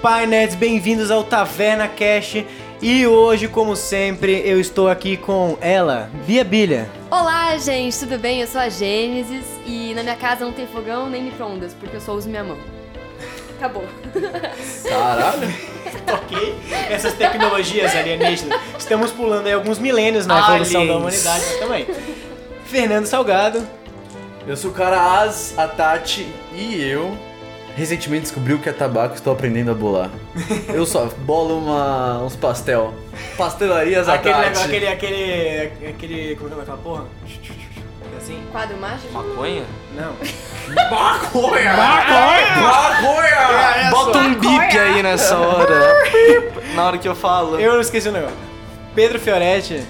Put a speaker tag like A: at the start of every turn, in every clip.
A: Pai Nerds, bem-vindos ao Taverna Cash. E hoje, como sempre, eu estou aqui com ela, Bia Bilha.
B: Olá, gente, tudo bem? Eu sou a Gênesis e na minha casa não tem fogão nem micro-ondas, porque eu só uso minha mão. Acabou.
C: Caralho.
A: Ok? Essas tecnologias alienígenas. Estamos pulando aí alguns milênios na evolução da
C: Aliens.
A: humanidade também. Fernando Salgado.
C: Eu sou o cara As, a Tati e eu recentemente descobriu que é tabaco e estou aprendendo a bolar. Eu só bolo uma, uns pastel. Pastelarias a
A: Aquele,
C: Tati.
A: negócio- aquele, aquele, aquele, como é que é aquela porra? Assim?
B: Quadro mágico?
D: Maconha?
A: Não.
C: Maconha! Maconha!
D: Bota um bip aí nessa hora. Na hora que eu falo.
A: Eu esqueci o negócio. Pedro Fioretti.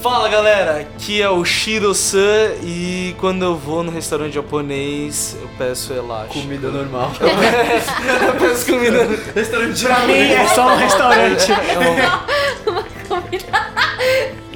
D: Fala galera, aqui é o Shiro-san e quando eu vou no restaurante japonês eu peço elastico.
C: Comida normal.
D: eu peço comida.
C: Restaurante
A: Pra mim é só um restaurante.
B: Combinado.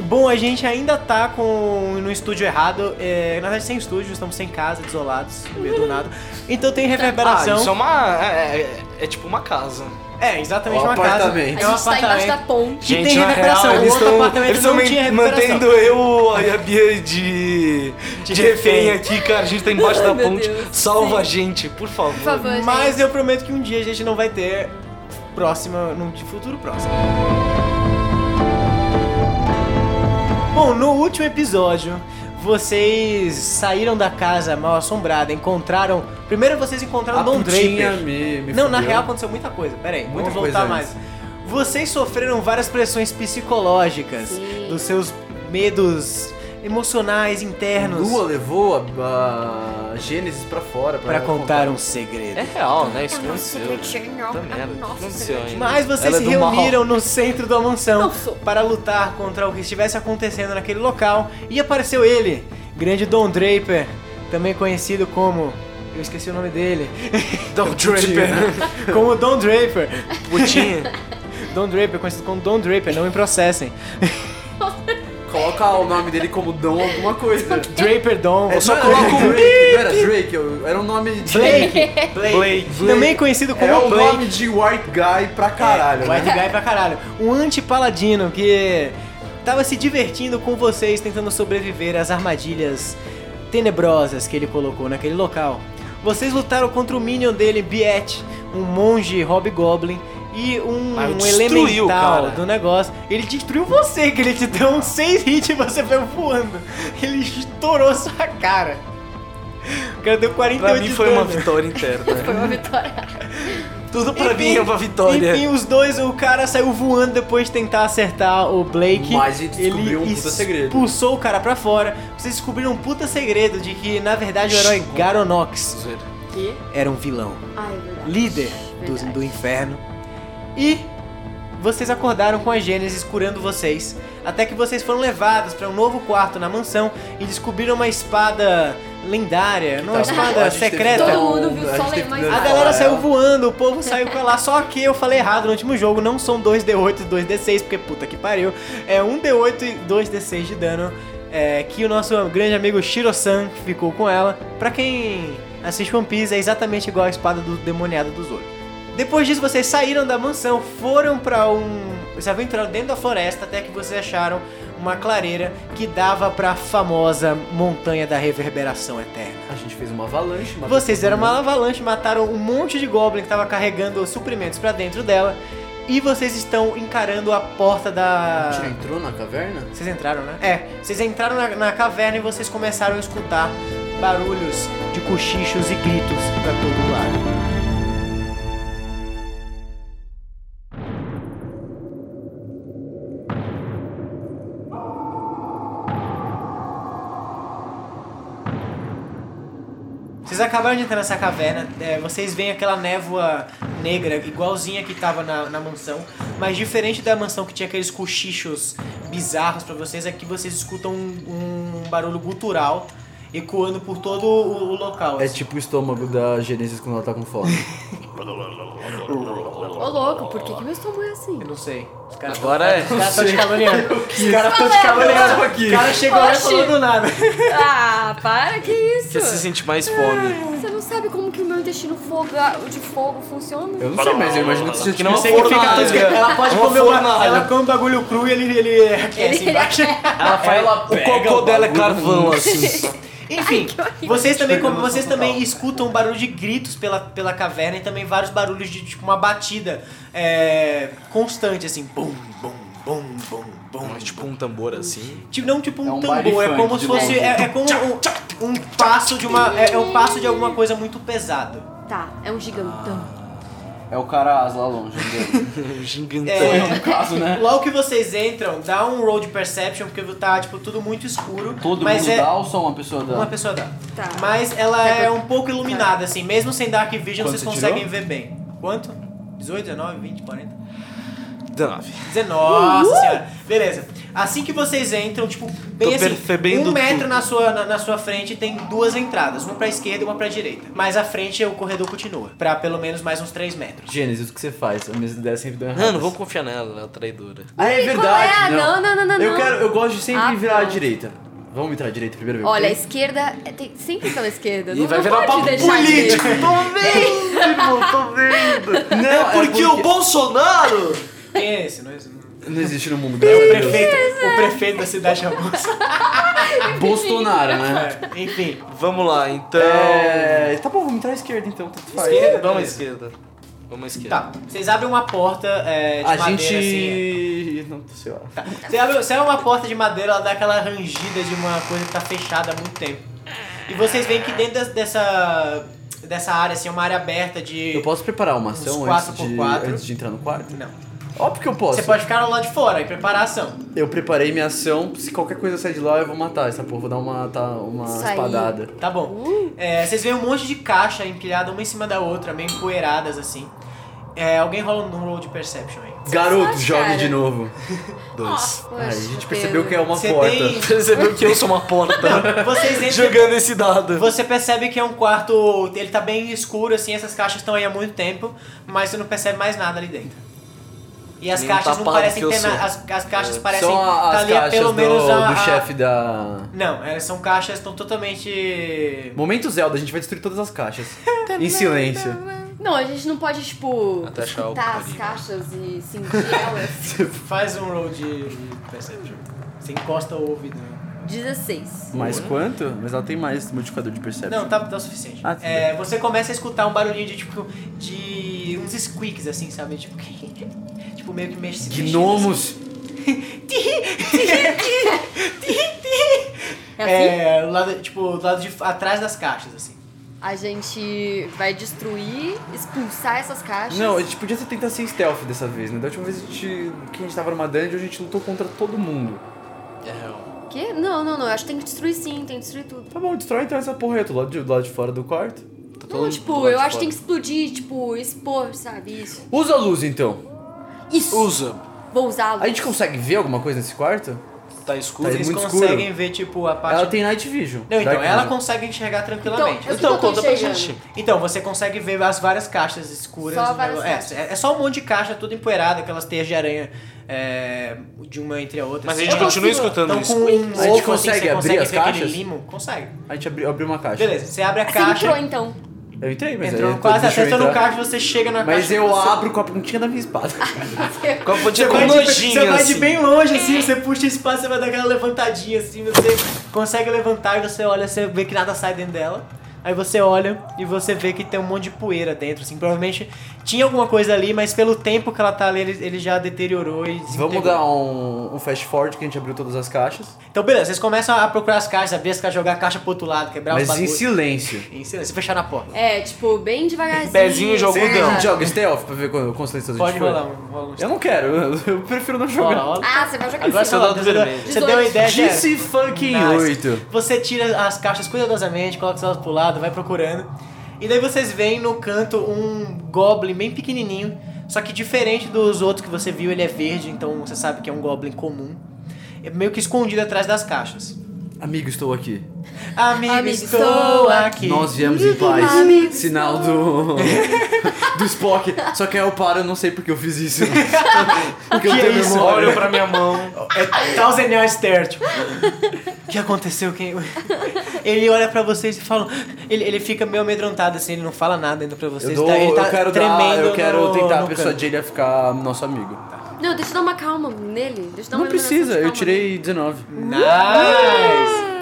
A: Bom, a gente ainda tá com no estúdio errado. É, na verdade, sem estúdio, estamos sem casa, desolados, no meio do nada. Então tem
D: Ah,
A: reverberação.
D: isso é uma. É, é- é tipo uma casa.
A: É, exatamente
C: Um
A: uma
C: apartamento.
B: A
A: casa. É um
B: gente tá embaixo da
A: apartamento.
B: ponte.
A: tem
D: na
A: recuperação, o
D: é eles
A: outro
D: tão-
A: apartamento
D: eles tão
A: não
D: men-
A: tinha recuperação.
D: mantendo eu e a Bia de, de, refém
A: refém.
D: aqui, cara. A gente tá embaixo
B: Ai,
D: da
B: meu
D: ponte.
B: Deus,
D: Salva
B: sim.
D: a gente, por favor.
B: Por favor, gente.
A: Mas eu prometo que um dia a gente não vai ter próxima, num futuro próximo. Bom, no último episódio, vocês saíram da casa mal assombrada, encontraram. Primeiro vocês encontraram
C: A
A: Don
C: putinha
A: Draper.
C: me, me
A: Não, na
C: fudeu.
A: real aconteceu muita coisa. Pera aí,
C: Muita
A: vamos voltar
C: coisa
A: mais. Vocês sofreram várias pressões psicológicas
B: Sim.
A: dos seus medos emocionais internos
C: Lua levou a, a Gênesis pra fora
A: pra contar um segredo.
D: É real, né? Isso
B: Nossa,
D: aconteceu.
B: Gregor.
D: Puta merda, isso
B: Nossa,
D: aconteceu
B: Gregor.
D: ainda.
A: Mas vocês
D: Ela é
A: se
D: do mal.
A: reuniram no centro da mansão
B: Não sou.
A: para lutar contra o que estivesse acontecendo naquele local e apareceu ele, grande Don Draper, também conhecido como. Eu esqueci o nome dele.
D: Don Draper.
A: como Don Draper.
D: Putinha.
A: Don Draper, conhecido como Don Draper, não me processem.
C: Coloca o nome dele como Dom alguma coisa.
A: Draper Don.
C: É,
A: só
C: não era
A: coloca
C: Drake,
A: um
C: Não era Drake, eu- era um nome de...
A: Blake.
D: Blake.
A: Também conhecido como
C: É o
A: Blake.
C: nome de white guy pra caralho,
A: É, White
C: né?
A: guy pra caralho. Um anti-paladino que tava se divertindo com vocês, tentando sobreviver às armadilhas tenebrosas que ele colocou naquele local. Vocês lutaram contra o minion dele, Biet, um monge hobgoblin. E um,
D: Mas
A: um
D: Ah, destruiu,
A: elemental
D: cara.
A: do negócio. Ele destruiu você, que ele te deu uns seis hits e você foi voando. Ele estourou sua cara. O cara deu 48
D: Pra mim
A: de
D: foi uma
A: dano.
D: vitória interna.
B: Foi uma vitória.
D: Tudo
A: Enfim,
D: pra mim é uma vitória.
A: Enfim, os dois, o cara saiu voando depois de tentar acertar o Blake.
C: Mas a gente
A: é Ele
C: descobriu um puta segredo.
A: expulsou o cara pra fora. Vocês descobriram um puta segredo de que, na verdade, o herói Garonox
D: Zoeira.
B: Que?
A: era um vilão.
B: Ai, é verdade.
A: Líder do,
B: Verdade.
A: do inferno. E vocês acordaram com a Gênesis curando vocês. Até que vocês foram levados pra um novo quarto na mansão e descobriram uma espada lendária. Não, uma
C: Tá,
A: Então, espada
C: a gente teve que
A: secreta.
C: dar
B: Todo
C: um-
B: mundo viu
C: a
B: só
C: gente teve que
B: lá em
C: dar um
A: A
B: Mas
A: galera
C: ela.
A: saiu voando, o povo saiu pra lá, só que eu falei errado no último jogo, não são 2D8 e 2D6, porque puta que pariu, é 1D8 e 2D6 de dano, é, que o nosso grande amigo Shiro-san ficou com ela. Pra quem assiste One Piece, é exatamente igual a espada do demoniado do Zoro. Depois disso, vocês saíram da mansão, foram pra um... se aventuraram dentro da floresta até que vocês acharam uma clareira que dava pra famosa Montanha da Reverberação Eterna.
C: A gente fez uma avalanche, mas...
A: Vocês eram uma avalanche, mataram um monte de goblin que tava carregando os suprimentos pra dentro dela. E vocês estão encarando a porta da.
C: A gente entrou na caverna?
A: Vocês entraram, né? É, vocês entraram na, na caverna e vocês começaram a escutar barulhos de cochichos e gritos pra todo lado. Vocês acabaram de entrar nessa caverna, é, vocês veem aquela névoa negra, igualzinha que tava na, na mansão, mas diferente da mansão que tinha aqueles cochichos bizarros pra vocês, aqui vocês escutam um, um barulho gutural ecoando por todo o, o local.
C: É
A: assim.
C: tipo o estômago da Genesis quando ela tá com fome.
B: Ô louco, por que, que meu estômago é assim?
A: Eu não sei. Os caras
D: Agora é.
A: Os caras estão te caluniando. Os caras estão te
B: Falando.
A: caluniando
C: Aqui.
A: O cara chegou lá e falou
B: Oxi.
A: do nada.
B: Ah, para que isso?
D: Você se sente mais fome.
B: Você não sabe como que o meu intestino fogo, ah, de fogo funciona?
C: Eu não sei, mas eu imagino que é você
D: Que não
A: Eu
C: tivesse-
A: sei que fica
D: fornalha.
A: tudo esquisito. Ela pode
C: é
D: Uma
A: comer o ba-
D: fornalha.
A: Ela come o bagulho cru e ele, ele aquece
B: Ele-
A: embaixo.
D: É. Ela faz, o cocô dela é carvão, assim.
A: Enfim,
B: que horrível.
A: vocês também,
C: Chegando
A: como,
C: no
A: vocês
C: São
A: também
C: Paulo.
A: escutam um barulho de gritos pela, pela caverna e também vários barulhos de tipo uma batida é, constante, assim, bum, bum, bum, bum, bum.
D: Mas tipo um tambor assim.
A: Tipo, não tipo um
E: É um baile
A: tambor, é
E: funk
A: como se
E: de
A: fosse.
E: longe.
A: É, é como um, um passo de uma. É, é um passo de alguma coisa muito pesado.
B: Tá, é um gigantão.
E: É o cara as lá longe, entendeu?
D: Gigantão.
A: É.
C: um
E: no caso, né?
A: Logo que vocês entram, dá um road perception, porque tá, tipo, tudo muito escuro.
E: Todo
A: mas
E: mundo
C: tá
A: é
E: dá ou só uma pessoa dá?
A: Uma pessoa dá.
B: Tá.
A: Mas ela é um pouco iluminada, assim. Mesmo sem Dark Vision,
E: Quanto
A: vocês
E: você
A: conseguem ver bem. Quanto? 18, 19, 20, 40?
D: 19.
A: 19, nossa senhora. Beleza. Assim que vocês entram, tipo, bem
D: Tô
A: assim,
D: percebendo
A: um metro
D: tudo.
A: na sua, na, na sua frente tem duas entradas, uma pra esquerda e uma pra direita. Mas à frente o corredor continua, pra pelo menos mais uns 3 metros.
C: Genesis, o que você faz? As minhas ideias sempre dão errado.
D: Não, não vamos confiar nela, ela é traidora.
C: Ah, é
B: Ih, qual é?
C: verdade.
B: Não, não, não, não,
C: Eu
B: não.
C: quero, eu gosto de sempre
B: Ah,
C: virar à
B: não.
C: direita. Vamos virar à direita primeiro. ver.
B: Olha, a esquerda é, tem sempre pela esquerda.
D: E
B: não,
D: vai
B: não
D: virar
B: pode
D: papo
B: deixar de-
D: político.
C: não,
D: É porque o Bolsonaro.
A: Quem é esse? Não é esse? não.
C: Não existe no mundo, né?
A: É O
C: graças a Deus.
A: prefeito, o prefeito da cidade chamou.
C: Bolsonaro, né?
A: É, Enfim.
D: Vamos lá, então.
C: É. Tá bom, vamos entrar à esquerda então. Tanto faz.
A: Esquerda,
D: Dá uma
A: beleza.
D: esquerda. Vamos à esquerda.
A: Tá, vocês abrem uma porta é, de
C: A
A: madeira
C: gente.
A: assim.
C: Não, sei lá.
A: é. Você abre, você abre uma porta de madeira, ela dá aquela rangida de uma coisa que tá fechada há muito tempo. E vocês veem que dentro des- dessa, dessa área, assim, é uma área aberta de.
C: Eu posso preparar uma ação
A: Uns
C: antes,
A: quatro por
C: de,
A: quatro.
C: antes de entrar no quarto?
A: Não.
C: Óbvio que eu posso.
A: Você pode ficar lá de fora e preparar a ação.
C: Eu preparei minha ação, se qualquer coisa sair de lá, eu vou matar essa porra, vou dar uma, tá, uma
B: Isso aí.
C: espadada.
A: Tá bom. É, vocês veem um monte de caixa empilhada uma em cima da outra, meio empoeiradas assim. É, alguém rola um roll de perception aí.
C: Garoto,
B: faz,
C: jogue
B: cara.
C: de novo.
D: Dois.
C: Ai,
B: Poxa,
C: a gente
B: Pedro.
C: percebeu que é uma
A: Você
C: porta.
A: tem-
D: Percebeu que eu sou uma porta
A: Vocês entram
D: jogando esse dado.
A: Você percebe que é um quarto, ele tá bem escuro assim, essas caixas estão aí há muito tempo, mas você não percebe mais nada ali dentro. E as
D: Nem
A: caixas não
D: tapado que
A: parecem
D: eu
A: ter
D: sou. É.
A: nada, as, as caixas parecem
C: Só
A: tá
C: as
A: ali há
C: caixas
A: pelo
C: do,
A: menos a,
C: do
A: a-
C: chefe da.
A: Não, elas são caixas estão totalmente
C: Momento Zelda, a gente vai destruir todas as caixas. em silêncio.
B: Não, a gente não pode, tipo,
D: Até achar o
B: escutar as
D: carinho.
B: caixas e sentir elas.
A: faz um roll de de perception. Você encosta o ouvido. né?
B: 16.
C: Mais quanto? Mas ela tem mais modificador de percepção.
A: Não, tá, tá o suficiente.
C: Ah, tudo
A: É, você começa a escutar um barulhinho de tipo de uns squeaks assim, sabe? Tipo tipo meio que mexe
C: Gnomos!
B: É assim?
A: É, do lado, tipo, do lado de atrás das caixas, assim.
B: A gente vai destruir, expulsar essas caixas.
C: Não, a gente podia tentar ser stealth dessa vez, né? Da última vez a gente, que a gente tava numa dungeon, a gente lutou contra todo mundo.
D: É real.
B: Quê? Não, não, não. Eu acho que tem que destruir sim, tem que destruir tudo.
C: Tá bom, destrói então essa porra aí, eu tô do lado de, do lado de fora do quarto.
D: Tá todo
B: Não,
D: mundo do
B: tipo,
D: lado
B: eu
D: de
B: acho que tem
D: fora.
B: que explodir, tipo, expor, sabe? Isso.
C: Usa a luz então.
B: Isso!
D: Usa.
B: Vou usá-lo.
C: A gente consegue ver alguma coisa nesse quarto?
D: Tá escuro.
C: Tá
A: Vocês
C: muito
A: conseguem
C: escuro.
A: ver, tipo, a parte.
C: Ela tem night vision.
A: Não, então,
C: Dark
A: ela
C: vision.
A: consegue enxergar tranquilamente.
B: Então, eu-
D: Então,
B: que eu tô
D: conta pra
B: enxergando?
D: gente.
A: Então, você consegue ver as várias caixas escuras.
B: Só
A: do
B: várias
A: negócio. é, é só um monte de caixa, tudo empoeirada, aquelas teias de aranha é, de uma entre a outra.
D: Mas a
A: assim.
D: gente
B: Eu
D: continua
B: consigo.
D: escutando
A: Então,
D: isso.
A: com um
C: A gente
A: ovo, assim,
C: consegue
A: você consegue
C: abrir as
A: ver aquele
C: caixas?
A: Limo? Consegue.
C: A gente abri- abriu uma caixa.
A: Beleza, você abre a
B: Você entrou
A: caixa.
B: então.
C: Eu entrei, mas
A: entrou
C: aí,
A: quase,
C: deixa eu
A: até entrou no
C: entrar.
A: caixa, você chega na
C: Mas
A: caixa.
C: eu
A: você-
C: abro com a pontinha da minha espada.
D: Com a pontinha
A: Você
D: com
A: vai, de,
D: nojinho,
A: você vai de
D: assim.
A: bem longe, assim, você puxa espaço, você vai dar aquela levantadinha, assim, você consegue levantar e você olha, você vê que nada sai dentro dela. Aí você olha e você vê que tem um monte de poeira dentro, assim, provavelmente tinha alguma coisa ali, mas pelo tempo que ela tá ali, ele, ele já deteriorou e desintegrou.
C: Vamos dar um, um fast forward que a gente abriu todas as caixas.
A: Então, beleza, vocês começam a procurar as caixas, abrir as caixas, jogar a caixa pro outro lado, quebrar os
C: mas em
A: bagulhos.
C: silêncio.
A: Em silêncio, fechar na porta.
B: É, tipo, bem devagarzinho.
D: Pezinho jogou
B: assim,
C: Será que a gente
B: ó.
C: joga stealth pra ver qual- qual silêncio a gente
A: Pode
C: foi?
A: rolar um, rola um.
C: Eu não quero, eu, eu prefiro não
A: Rola,
C: jogar.
A: rola.
B: Ah, você vai
A: Agora é
B: jogar em
A: você,
B: cima.
D: dá o
A: você, deu-
D: vermelho.
A: você deu a ideia já era.
C: Disse fucking
A: Nice.
C: 8.
A: Você tira as caixas cuidadosamente, coloca elas pro lado, vai procurando. E daí vocês veem no canto um goblin bem pequenininho, só que diferente dos outros que você viu, ele é verde, então você sabe que é um goblin comum. É meio que escondido atrás das caixas.
C: Amigo, estou aqui.
A: Amigo,
B: Amigo,
A: estou,
B: estou
A: aqui.
C: Nós viemos em paz. Sinal do. do Spock. Só que aí eu paro, eu não sei porque eu fiz isso. porque eu
A: Que
C: tenho
A: é isso?
C: memória.
D: Olham pra minha mão.
A: É Thousand Years Stare, tipo, O que aconteceu? Quem... Ele olha pra vocês e fala. Ele, ele fica meio amedrontado, assim, ele não fala nada ainda pra vocês.
C: Eu, dou,
A: tá, ele tá
C: eu quero
A: tremendo.
C: dar, eu quero
A: no-
C: tentar
A: no canto.
C: persuadir ele a ficar nosso amigo.
B: Não, deixa eu dar uma calma nele. Deixa eu dar
C: Não
B: uma
C: precisa,
B: iluminação de
C: eu
B: calma nele.
C: tirei 19.
A: Nice!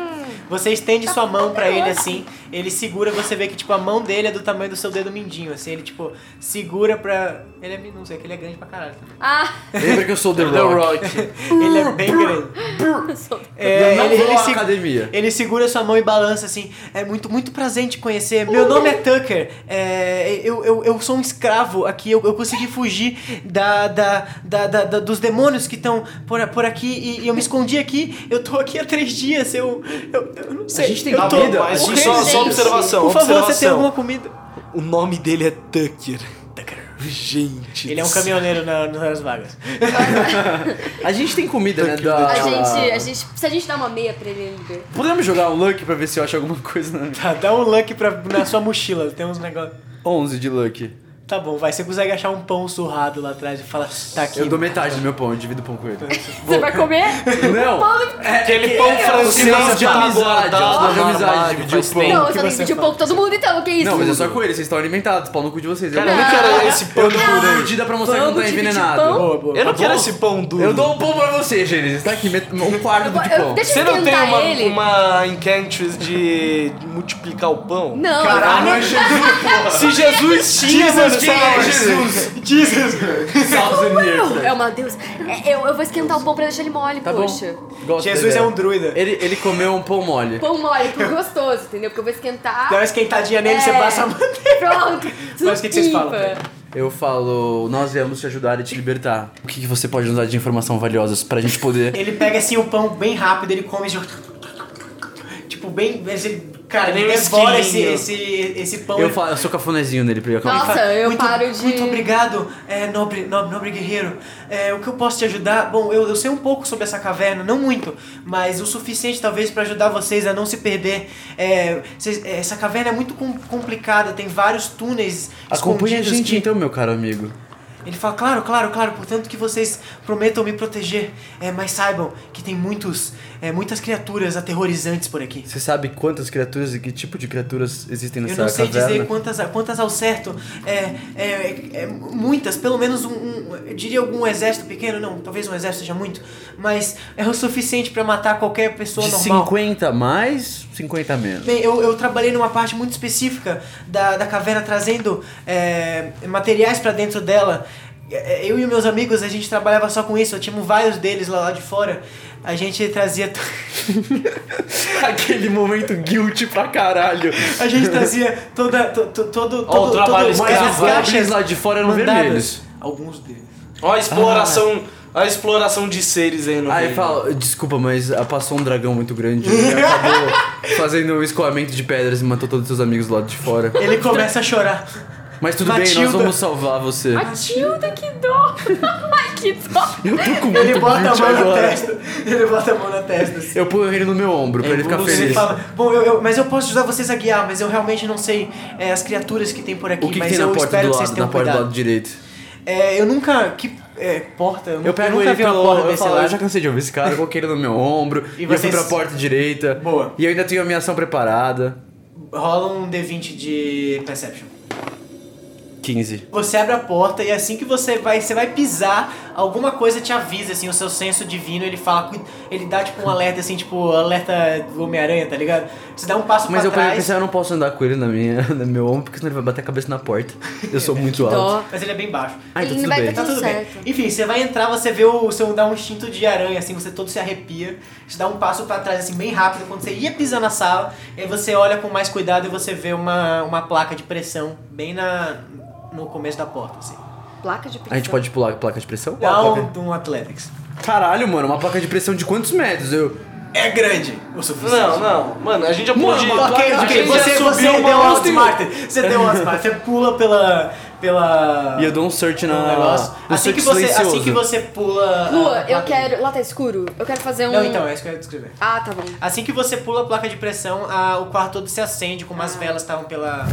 A: Você estende sua mão pra ele assim, ele segura, você vê que tipo a mão dele é do tamanho do seu dedo mindinho, assim, ele tipo segura pra. Ele é minúsculo, é que ele é grande pra caralho. tá?
B: Ah,
C: Lembra que eu sou The
D: The
C: Rock. Uh,
D: Rock.
A: Ele é bem grande.
B: sou-
A: É,
C: eu não
A: ele,
C: vou
A: ele,
C: à
A: se-
C: academia.
A: ele segura sua mão e balança assim. É muito, muito prazer em te conhecer. Meu nome é Tucker. É, eu, eu, eu sou um escravo aqui. Eu, eu consegui fugir da, da, da, da- da- dos demônios que estão por, por aqui e, e eu me escondi aqui. Eu tô aqui há três dias. Eu, eu, eu não sei.
C: A gente tem
A: eu
C: uma
A: tô
C: vida, a
D: Mas
C: gente-
A: morrendo.
B: Gente.
D: só, só observação,
A: Por favor,
D: observação.
A: você tem alguma comida?
D: O nome dele é Tucker. Gente.
A: Ele é um
D: do céu.
A: caminhoneiro na, nas vagas.
C: A gente tem comida, né? Da...
B: A gente, a gente, se a gente dá uma meia pra ele, ele vê.
C: Podemos jogar um luck pra ver se eu acho alguma coisa na...
A: Tá, dá um luck pra, na sua mochila. Tem uns negócios.
C: 11 de luck.
A: Tá bom, vai. Você consegue achar um pão surrado lá atrás e fala, tá aqui.
C: Eu dou metade do meu pão, eu divido o pão com ele.
B: Você vai comer?
C: Não!
D: Aquele pão
C: senso
D: francês
C: de
D: tá
C: amizade, ó,
D: guardado
C: de
D: no
C: amizade,
D: armário
C: de
D: faz
C: pão.
D: tempo.
B: Não,
A: que
B: eu
A: você
B: só tenho que pedir um
A: fala?
B: pouco pra todo mundo então, que isso?
C: Não, mas é só com ele, vocês estão alimentados, pau no cu de vocês. Eu
D: Cara, eu
C: dou
D: não quero esse pão do
C: uma
D: purê.
C: mordida pra mostrar que não
B: Vamos
C: tá
B: dividir
C: envenenado.
B: pão?
A: Boa, boa.
D: Eu não
A: Tá
D: quero
A: bom?
D: esse pão duro.
C: Eu dou um pão pra você, Gênesis. Tá aqui, met- um quarto de
B: Eu-
C: pão.
B: deixa
D: Você
B: eu
D: não tem
B: tentar
D: uma,
B: ele.
D: uma encantries de multiplicar o pão?
B: Não,
C: Caralho,
B: não.
C: é Jesus, porra!
D: Se Jesus tinha,
A: Jesus,
D: mano,
A: quem é
D: sabe?
C: Jesus?
A: Jesus!
C: Thousand years.
B: É uma Deus. É, eu, eu vou esquentar o pão pra deixar ele mole,
C: Tá bom.
B: poxa.
C: Gosto da
A: Jesus é
C: ideia.
A: um druida.
C: Ele, ele comeu um pão mole.
B: Pão mole, pão gostoso, entendeu? Porque eu vou esquentar.
A: Dá uma esquentadinha nele,
B: É.
A: você passa a mão.
B: Pronto.
A: Tá. Mas o que que vocês
B: limpa.
A: falam?
C: Eu falo, nós viemos te ajudar e te libertar. O que, que você pode nos dar de informação valiosa pra gente poder...
A: Ele pega assim o pão bem rápido, ele come e Tipo, bem. mas ele- cara,
D: É
A: ele
D: meio
A: devora esse,
D: esquilinho.
A: esse, esse pão.
C: um Eu,
A: ele
C: falo, eu sou cafunézinho nele pra ele acalmar.
B: Nossa,
A: fala,
B: eu
A: muito,
B: paro de-
A: Muito obrigado, é, nobre, nobre, nobre guerreiro. É, o que eu posso te ajudar? Bom, eu, eu sei um pouco sobre essa caverna, não muito, mas o suficiente talvez pra ajudar vocês a não se perder. É, vocês- essa caverna é muito com- complicada, tem vários túneis
C: Acompanha a
A: escondidos
C: gente
B: assim."
A: que-
C: então, meu caro amigo.
A: Ele fala, claro, claro, claro, portanto que vocês prometam me proteger, é, mas saibam que tem muitos, é, muitas criaturas aterrorizantes por aqui.
C: Você sabe quantas criaturas e que tipo de criaturas existem
A: Eu
C: nessa
A: não sei
C: caverna?
A: dizer quantas, quantas ao certo, é, é, é, muitas, pelo menos um, um- eu diria algum exército pequeno, não, talvez um exército seja muito, mas é o suficiente pra matar qualquer pessoa
C: De
A: normal.
C: 50 mais, 50 menos.
A: Bem, eu, eu trabalhei numa parte muito específica da, da caverna, trazendo é, materiais pra dentro dela. É, Eu e meus amigos, a gente trabalhava só com isso. Eu tinha vários deles lá, lá de fora. A gente trazia... t-
C: Aquele momento guilty pra caralho.
A: A gente trazia toda... To, to, todo, todo,
D: Ó, o trabalho
A: todo-
D: escravo.
A: todas
C: Os
A: as
C: goblins
A: caixas
C: lá de fora eram
A: mandadas.
C: vermelhos.
A: Alguns deles.
D: Ó a exploração, a exploração de seres aí no
C: Aí
D: reino.
C: fala, desculpa, mas ah, passou um dragão muito grande e acabou fazendo um escoamento de pedras e matou todos os seus amigos do lado de fora.
A: Ele começa a chorar.
C: Mas tudo bem, nós
A: Matilda.
C: vamos salvar você.
B: Matilda, que dó. Ai, que dó.
C: Eu tô com muito
A: Ele bota a
C: guilt
A: mão na
C: agora.
A: testa. Ele bota a mão na testa. assim.
C: Eu ponho ele no meu ombro pra ele ficar
A: Ele
C: feliz.
A: fala, bom, eu, eu- mas eu posso ajudar vocês a guiar, mas eu realmente não sei é, as criaturas que tem por aqui,
C: O que, que
A: mas
C: tem na
A: eu
C: porta
A: espero
C: do
A: que vocês
C: lado,
A: tenham
C: na porta do
A: cuidado.
C: lado direito?
A: É, eu nunca. Que é, porta? Eu, nu-
C: Eu pego
A: nunca
C: ele
A: vi uma
C: pelo-
A: porta
C: eu,
A: desse
C: falo,
A: lado.
C: eu já cansei de ouvir esse cara, eu coloquei ele no meu ombro,
A: E
C: e, eu fui
A: vocês-
C: pra porta direita.
A: Boa.
C: E eu ainda tenho a minha ação preparada.
A: Rola um D20 de Perception.
C: 15.
A: Você abre a porta e assim que você vai, você vai pisar, alguma coisa te avisa, assim, o seu senso divino, ele fala, "Cuid-" ele dá tipo um alerta, assim, tipo, alerta do Homem-Aranha, tá ligado? Você dá um passo
C: Mas
A: pra
C: eu
A: trás.
C: pensei, eu não posso andar com ele na minha, no meu ombro, porque senão ele vai bater a cabeça na porta. Eu sou muito alto.
B: dó.
A: Mas ele é bem baixo.
C: Ah, então
B: Ele
C: tudo
B: vai
C: bem.
B: ter-
A: Tá tudo
B: certo.
A: bem. Enfim, você vai entrar, você vê o seu dá um instinto de aranha, assim, você todo se arrepia, te dá um passo pra trás, assim, bem rápido, quando você ia pisar na sala, e aí você olha com mais cuidado e você vê uma, uma placa de pressão bem na, no começo da porta, assim.
B: Placa de pressão.
C: A gente pode pular a placa de pressão?
A: Dá
C: Uau,
A: um, um Athletics.
C: Caralho, mano, uma placa de pressão de quantos metros? Eu...
A: É grande o suficiente.
D: Não, não. Mano, a gente já
C: Mano,
D: pode...
A: Ok,
C: uma placa
D: a
A: ok,
D: gente já
A: você,
D: subiu
A: você
D: uma
A: deu um
D: outra-
A: outsmart. Você deu um outsmart. Você pula pela, pela.
C: E eu dou um search
A: pelo
C: na
A: negócio. Assim
C: no Um search
A: que, você, assim
C: silencioso.
A: que você pula. a
C: Ah,
B: Lua, eu
A: placa-
B: quero. Lá tá escuro? Eu quero fazer um.
A: Não, então, é isso que eu ia descrever.
B: Ah, tá bom.
A: Assim que você pula a placa de pressão, a- o quarto todo se acende, como as
B: Ah.
A: velas estavam pela,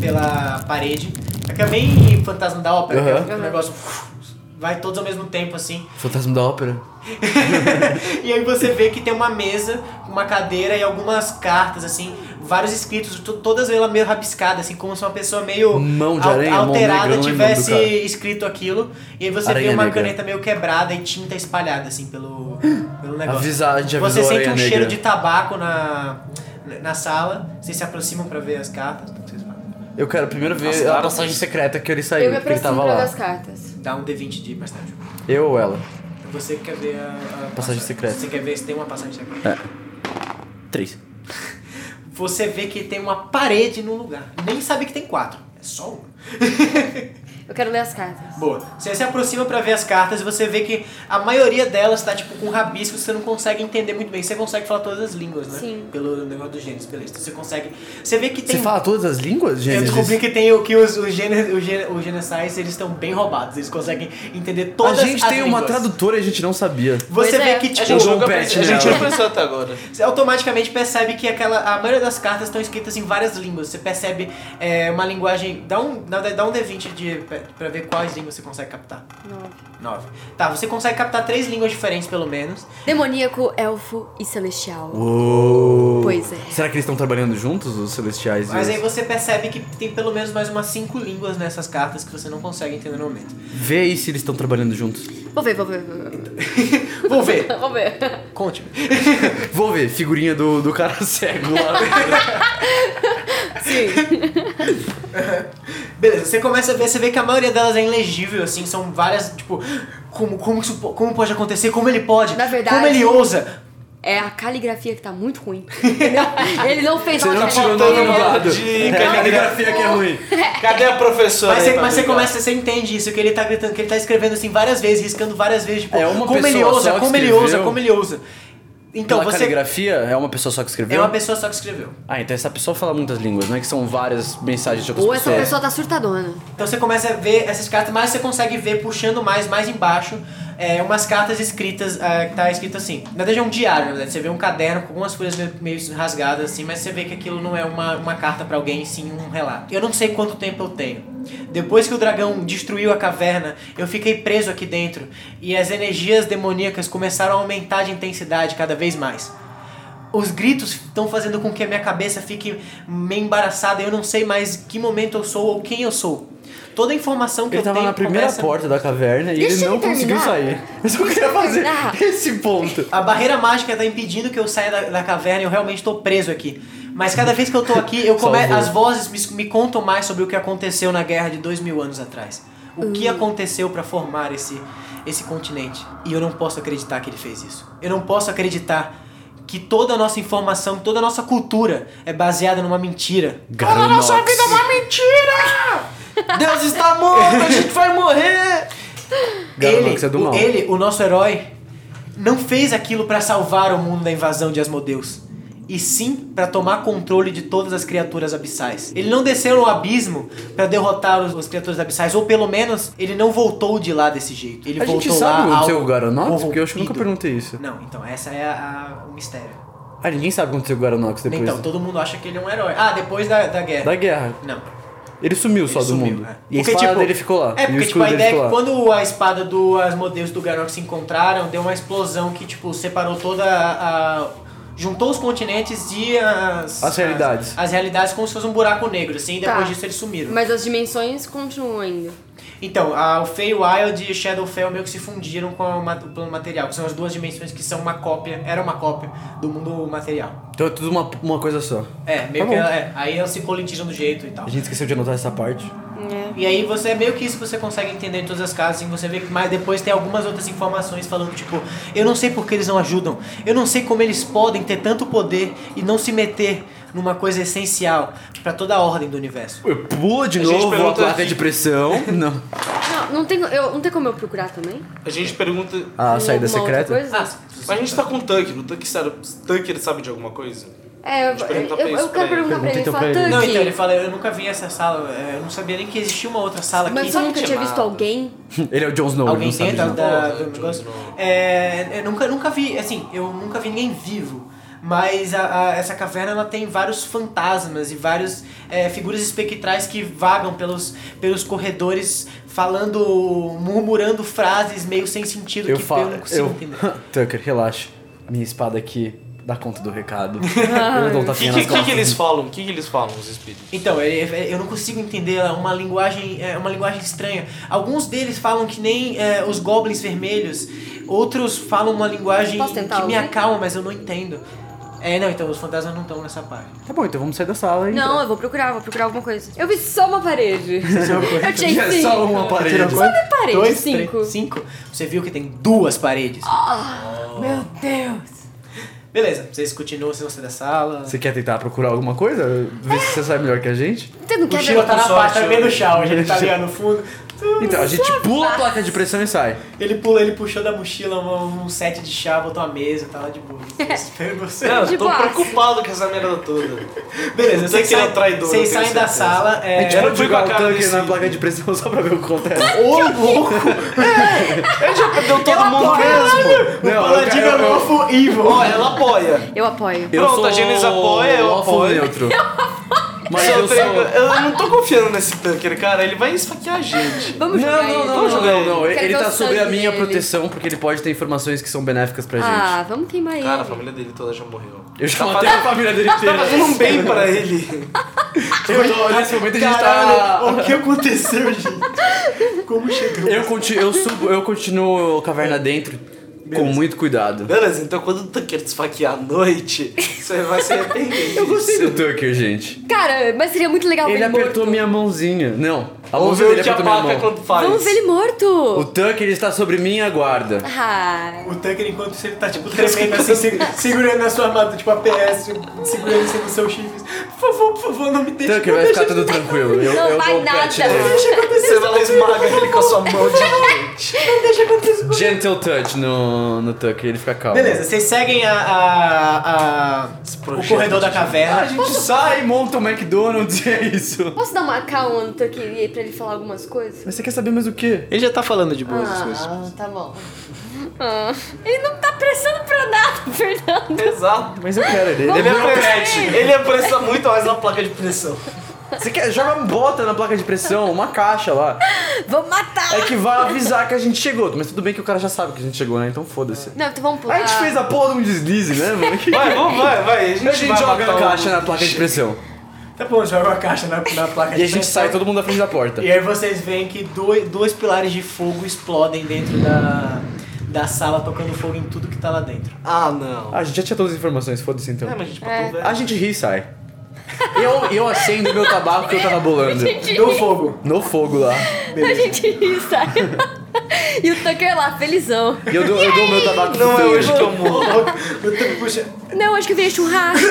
A: pela parede. Fica bem fantasma da ópera,
C: Aham.
A: que é um
B: Aham.
A: negócio. Vai todos ao mesmo tempo, assim.
C: Fantasma da ópera.
A: E aí você vê que tem uma mesa, uma cadeira e algumas cartas, assim, vários escritos, to- todas elas meio rabiscadas, assim, como se uma pessoa meio
C: Mão de
A: al-
C: aranha, mão
A: alterada
C: negra, eu não lembro do
A: tivesse
C: cara.
A: escrito aquilo. E aí você
C: Aranha
A: vê uma
C: negra.
A: caneta meio quebrada e tinta espalhada, assim, pelo, pelo negócio.
C: Avisa- a gente
A: você
C: avisou a
A: sente um
C: aranha
A: cheiro de
C: negra.
A: tabaco na, na sala, vocês se aproximam pra ver as cartas, o que vocês fazem?
C: Eu quero primeiro ver
D: Nossa,
C: a
D: cara.
C: passagem secreta que ele saiu,
B: Eu me
C: porque ele
B: aproximo
C: tava
B: pra ver
C: lá.
B: as cartas.
A: Dá um D20 de personagem.
C: Eu ou ela?
A: Você quer ver a, a
C: Passagem secreta.
A: Você quer ver se tem uma passagem secreta.
C: Três.
A: Você vê que tem uma parede no lugar. Nem sabe que tem quatro. É só uma.
B: Eu quero ler as cartas.
A: Boa. Você se aproxima pra ver as cartas e você vê que a maioria delas tá tipo com rabisco, você não consegue entender muito bem. Você consegue falar todas as línguas, né?
B: Sim.
A: Pelo negócio do gêneros, beleza. Então Você consegue. Você vê que tem.
C: Você fala todas as línguas, gente?
A: Eu descobri que tem o que os, os, gene, os, gene, os genocides, eles estão bem roubados. Eles conseguem entender todas
C: A
A: as
C: gente tem uma
A: línguas.
C: tradutora e a gente não sabia.
A: Você
B: Pois
A: vê
B: é.
A: que,
B: A
A: tipo,
D: A gente,
C: Ou
D: nunca
C: um
D: pensou,
C: pet
D: a gente
C: nela.
D: não pensou até agora.
A: Você automaticamente percebe que aquela, a maioria das cartas estão escritas em várias línguas. Você percebe é, uma linguagem. Dá um, na verdade, dá um D20 de, pra, pra ver quais línguas você consegue captar.
B: Nove.
A: Nove. Tá, você consegue captar três línguas diferentes, pelo menos.
B: Demoníaco, elfo e celestial.
C: Uou.
B: Pois é.
C: Será que eles estão trabalhando juntos, os celestiais?
A: Mas
C: e
A: aí
C: os...
A: você percebe que tem pelo menos mais umas cinco línguas nessas cartas que você não consegue entender no momento.
C: Vê aí se eles estão trabalhando juntos.
B: Vou ver, vou ver, vou ver.
A: Vou ver.
B: Vou ver.
A: Conte-me.
C: Vou ver, figurinha do, do cara cego lá.
B: Sim.
A: Beleza, você começa a ver, você vê que a maioria delas é ilegível, assim, são várias, tipo, como, como, isso po- como pode acontecer, como ele pode,
B: Na verdade-
A: como ele ousa.
B: É a caligrafia que tá muito ruim. Entendeu? Ele não fez
C: Você não
B: uma
C: tirou
B: caligrafia.
C: nada no lado.
D: De
C: É a caligrafia que é ruim.
D: Cadê a professora?
A: Mas,
D: aí
A: você,
D: pra
A: mas você
D: brincar?
A: começa, você entende isso, que ele tá gritando, que ele tá escrevendo assim várias vezes, riscando várias vezes, tipo,
C: É uma
A: como ele
C: pessoa
A: ousa,
C: só que
A: como ele
C: escreveu?
A: ousa, como ele ousa. Então,
C: Pela
A: você
C: caligrafia, é uma pessoa só que escreveu?
A: é uma pessoa só que escreveu.
C: Ah, então essa pessoa fala muitas línguas, não é que são várias mensagens de outras
B: Ou essa
C: pessoas.
B: pessoa tá surtadona.
A: Então você começa a ver essas cartas, mas você consegue ver puxando mais, mais embaixo, é, umas cartas escritas, é, que tá escrito assim. Na verdade é um diário, na verdade. Você vê um caderno com algumas folhas meio, meio rasgadas assim, mas você vê que aquilo não é uma, uma carta pra alguém, sim um relato. Eu não sei quanto tempo eu tenho. Depois que o dragão destruiu a caverna, eu fiquei preso aqui dentro e as energias demoníacas começaram a aumentar de intensidade cada vez mais. Os gritos estão fazendo com que a minha cabeça fique meio embaraçada. Eu não sei mais que momento eu sou ou quem eu sou. Toda a informação que
C: Ele
A: eu
C: tava
A: tenho
C: na primeira
A: começa-
C: porta da caverna e
B: Deixa
C: ele não
B: ele
C: conseguiu sair.
B: terminar.
C: Eu só
B: Deixa
C: queria
B: ele
C: fazer
B: terminar.
C: esse ponto.
A: A barreira mágica está impedindo que eu saia da, da caverna e eu realmente estou preso aqui. Mas cada vez que eu estou aqui, eu come...
C: Salvou.
A: as vozes me, me contam mais sobre o que aconteceu na guerra de dois mil anos atrás. O que aconteceu para formar esse, esse continente. E eu não posso acreditar que ele fez isso. Eu não posso acreditar que toda a nossa informação, toda a nossa cultura é baseada numa mentira.
C: Toda a nossa vida é uma
A: mentira! Deus está morto, a gente vai morrer!
C: Garonox é do
A: o-
C: mal.
A: ele, o nosso herói, não fez aquilo pra salvar o mundo da invasão de Asmodeus. E sim pra tomar controle de todas as criaturas abissais. Ele não desceu no abismo pra derrotar os, os criaturas abissais, ou pelo menos ele não voltou de lá desse jeito. Ele
C: A
A: voltou
C: gente sabe
A: lá
C: onde é
A: ao
C: o Garonox? Porque eu acho que eu nunca
A: corrompido.
C: perguntei isso.
A: Não, então essa é a- a- o mistério.
C: Ah, ninguém sabe onde é o Garonox depois
A: Então, todo mundo acha que ele é um herói. Ah, depois da, da guerra.
C: da guerra.
A: Não.
C: Ele sumiu só
A: ele
C: do
A: sumiu,
C: mundo.
A: é.
C: E a espada dele ficou lá.
A: É,
C: e o
A: porque, tipo,
C: escudo
A: a
C: dele
A: ideia é
C: ficou
A: que
C: lá.
A: quando a espada do Asmodeus e do Garnox se encontraram, deu uma explosão que, tipo, separou toda a... a- juntou os continentes e as...
C: As realidades.
A: As, as realidades como se fosse um buraco negro, assim, e
B: Tá.
A: depois disso eles sumiram.
B: Mas as dimensões continuam indo.
A: Então, a, o Feywild e o Shadowfell meio que se fundiram com a ma- o plano material, que são as duas dimensões que são uma cópia, era uma cópia do mundo material.
C: Então é tudo uma, uma coisa só.
A: É, meio
C: Tá
A: que...
C: bom.
A: ela- é, aí elas se colindizam do jeito e tal.
C: A gente esqueceu de anotar essa parte.
B: É.
A: E aí você é meio que isso que você consegue entender em todas as casas, assim, você vê que mais depois tem algumas outras informações falando, tipo, eu não sei por que eles não ajudam, eu não sei como eles podem ter tanto poder e não se meter numa coisa essencial pra toda a ordem do universo.
C: Eu pula de
D: A gente
C: novo a
D: pergunta
C: placa
D: aqui.
C: de pressão. não.
B: Não, não tem, eu, não tem como eu procurar também?
D: A gente pergunta.
C: A
B: Tem alguma outra
C: saída Ah, secreta.
B: coisa?
A: Ah,
D: Mas a gente tá com o Tucker. O Tucker sabe, Tucker sabe de alguma coisa?
B: É, eu,
D: Tipo,
B: eu,
D: ele tá
B: eu- eu
D: preso
B: quero
D: pra ele.
B: perguntar pra ele,
C: Pergunta
B: ele
C: então
B: fala,
C: pra ele.
A: Não, então ele
B: Tanque,
A: fala, eu nunca vi essa sala, eu não sabia nem que existia uma outra sala aqui.
B: mas você nunca tinha visto alguém?
C: Ele é o Jon Snow,
A: Alguém
C: ele não
A: dentro
C: sabe. de nada.
A: da,
D: Porra,
A: do negócio.
D: Johnny.
A: É, eu nunca, nunca vi, assim, eu nunca vi ninguém vivo. Mas a- a- essa caverna ela tem vários fantasmas e várias figuras espectrais que vagam pelos, pelos corredores falando, murmurando frases meio sem sentido
C: Eu
A: que eu
C: falo.
A: não consigo
C: Eu...
A: entender.
C: Tucker, relaxa. Minha espada aqui dá conta do recado. eu dou um
D: O que,
C: tapinha
D: que,
C: nas
D: que, que
C: costas.
D: eles falam? O que, que eles falam, os espíritos?
A: Então, é- é- eu não consigo entender é uma linguagem, é uma linguagem estranha. Alguns deles falam que nem é, os goblins vermelhos, outros falam uma linguagem
B: Posso tentar
A: que me
B: ouvir?
A: acalma, mas eu não entendo. É, não, então os fantasmas não estão nessa parte.
C: Tá bom, então vamos sair da sala e.
B: Não, eu vou procurar, vou procurar alguma coisa. Eu vi só uma parede. eu
C: E
B: tinha
C: é
B: cinco.
C: só uma parede.
A: Tirou quanto?
B: parede,
A: Dois,
B: cinco.
A: três, cinco. Você viu que tem duas paredes.
B: Meu Deus.
A: Beleza, vocês continuam sem sair da sala.
C: Você quer tentar procurar alguma coisa? Ver se você sabe melhor que a gente?
B: Você não
A: O
B: quer ver?
A: Shiro tá na
D: Sorte,
A: parte, tá no meio do
D: hoje.
A: chão, ele tá ali ó, no fundo.
C: Então, a gente pula a placa de pressão e sai.
A: Ele pula, ele puxou da mochila um, um set de chá, botou a mesa, tá lá de boa. Espero você.
D: Não, eu
B: De
D: tô
B: boa.
D: preocupado com essa merda toda.
A: Beleza,
D: Não
A: vocês
D: sei que ele é
A: saem,
D: traidor,
A: vocês
D: eu tenho
A: saem da
D: certeza.
A: sala. É,
C: A gente
D: eu
C: pode
D: fui com a
C: jogar o
D: cara
C: tanque
D: desse-
C: na placa de pressão só pra ver o é que acontece.
A: Ô louco!
D: Já perdeu todo mundo mesmo.
A: O Paladino é lofo evil.
D: Ó, ela apoia.
B: Eu apoio.
D: Eu Pronto, a Genesis apoia, eu
C: lawful
D: apoio.
C: neutro. Mas
D: Só
C: eu sou...
D: tem- eu não tô confiando nesse Tucker, cara. Ele vai esfaquear a gente.
B: Vamos jogar
C: Não, não,
B: ele.
C: não, não, não, não.
B: Quero
C: Ele
B: ver
C: tá
B: o
C: sob a
B: sangue
C: minha
B: dele.
C: proteção, porque ele pode ter informações que são benéficas pra gente.
B: Ah, vamos queimar ele.
D: Cara, a família dele toda já morreu.
C: Eu já matei a família dele
D: Tá
C: inteira.
D: fazendo um bem pra ele.
C: Eu tô- Nesse momento a gente
A: Caralho,
C: tá...
A: o que aconteceu, gente? Como chegou?
C: Eu, conti- eu subo, eu continuo caverna dentro com muito cuidado.
D: Beleza, então quando o Tucker te esfaquear à noite, você vai se arrepender.
C: Eu gostei do Tucker, gente.
B: Cara, mas seria muito legal ver ele
C: Ele apertou
B: Tá morto.
C: minha mãozinha. Não, a
D: Vamos
C: mãozinha
D: ver
C: dele
D: o que a
C: apertou minha
D: vaca
C: mão.
D: quando faz.
B: Vamos ver ele
C: O
B: morto.
C: Tucker está sobre minha guarda.
B: Ah.
A: O Tucker, enquanto isso, ele tá tipo tremendo assim, se- segurando a sua mata, tipo a PS, segurando assim no seu chifre. Por favor, por favor, não me deixe.
C: Tucker,
A: não
C: vai
A: deixa,
C: ficar tudo tranquilo. Eu,
B: Não
C: eu
B: vai
C: dou um pet
B: nada.
C: nele.
A: Deixa acontecer.
D: Você vai lá e esmaga ele com a sua mão de gente.
A: Não deixa acontecer.
C: Gentle touch no, no Tucker, ele fica calmo.
A: Beleza, vocês seguem a, a, a-
D: Esse
A: o
D: projeto
A: corredor da
D: de-
A: caverna.
C: A gente sai, monta um McDonald's e é isso.
B: Posso dar uma calma no Tucker e pra ele falar algumas coisas?
C: Mas você quer saber mais o quê?
D: Ele já tá falando de boas
B: Ah, tá bom. Ah, ele não tá prestando pra nada, Fernando.
D: Exato.
C: Mas eu quero ele.
D: Ele
C: ele é meu
D: apressa, ele apressa muito mais na placa de pressão.
C: Você quer, joga uma bota na placa de pressão, uma caixa lá.
B: Vamos matar!
C: É que vai avisar que a gente chegou. Mas tudo bem que o cara já sabe que a gente chegou, né? Então foda-se.
B: Não, então vamos pular.
C: A gente fez a porra de um deslize, né, mano? Que...
D: Vai, vamos, vai, vai. A gente,
C: A gente
D: vai
C: joga
D: matar um-
C: a
D: o-
C: caixa na placa de pressão.
A: Tá bom, joga a caixa na, na placa
C: E a
A: de
C: gente
A: pressão.
C: sai todo mundo da frente da porta.
A: E aí vocês veem que dois, dois pilares de fogo explodem dentro da, da sala, tocando fogo em tudo que tá lá dentro.
D: Ah, não.
C: Ah, a gente já tinha todas as informações, foda-se então.
D: É, mas a gente
B: É.
D: matou o velho.
C: A gente ri e sai. Eu, eu acendo meu tabaco que eu tava bolando.
A: No fogo.
C: No fogo lá.
B: A gente ri, sai. e o Tucker lá, felizão.
C: E eu dou, eu dou meu tabaco pro
D: Não é
C: Tucker.
D: hoje que eu morro.
A: Eu tô- puxa.
B: Não, acho que veio churrasco.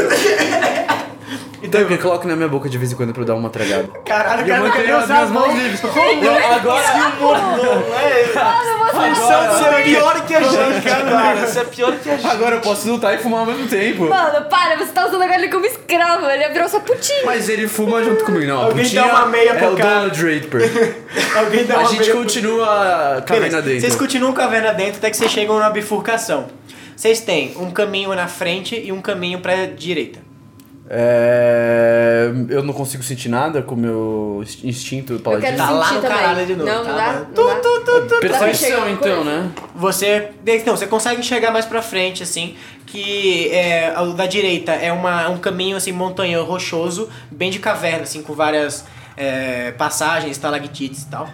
C: Então eu coloco na minha boca de vez em quando pra eu dar uma tragada.
A: Caralho, o
C: E eu
A: cara não quer nem
C: mantenho as
A: usar
C: minhas
A: as
C: mãos
A: mãos.
C: livres. Eu, agora
D: Não
A: né?
D: é ele.
A: um
C: Nossa,
D: Você é pior que a gente, cara. Você é pior que a gente.
C: Agora eu posso lutar e fumar ao mesmo tempo.
B: Mano, para, você tá usando agora ele como escravo. Ele virou sua putinha.
C: Mas ele fuma junto comigo, não. a
A: Alguém dá
C: putinha
A: uma meia
C: é
A: pro
C: o
A: cara.
C: Donald Draper.
A: Alguém dá
C: A
A: uma
C: gente
A: meia-
C: continua
A: Beleza,
C: caverna
A: Vocês
C: dentro.
A: continuam caverna dentro até que vocês chegam numa bifurcação. Vocês têm um caminho na frente e um caminho pra direita.
C: É, eu não consigo sentir nada com o meu instinto
B: Eu quero
C: paladino.
A: Tá lá
B: sentir
A: no
B: também.
A: caralho de novo,
B: Não, não
A: tá?
B: dá. Não
A: Tu,
B: dá. Dá
C: Percepção
B: pra enxergar
C: então,
B: coisa.
C: né?
A: Você. Não, você consegue enxergar mais pra frente, assim. Que é, o da direita é uma, um caminho assim, montanhoso, rochoso, bem de caverna, assim, com várias é, passagens, estalactites e tal.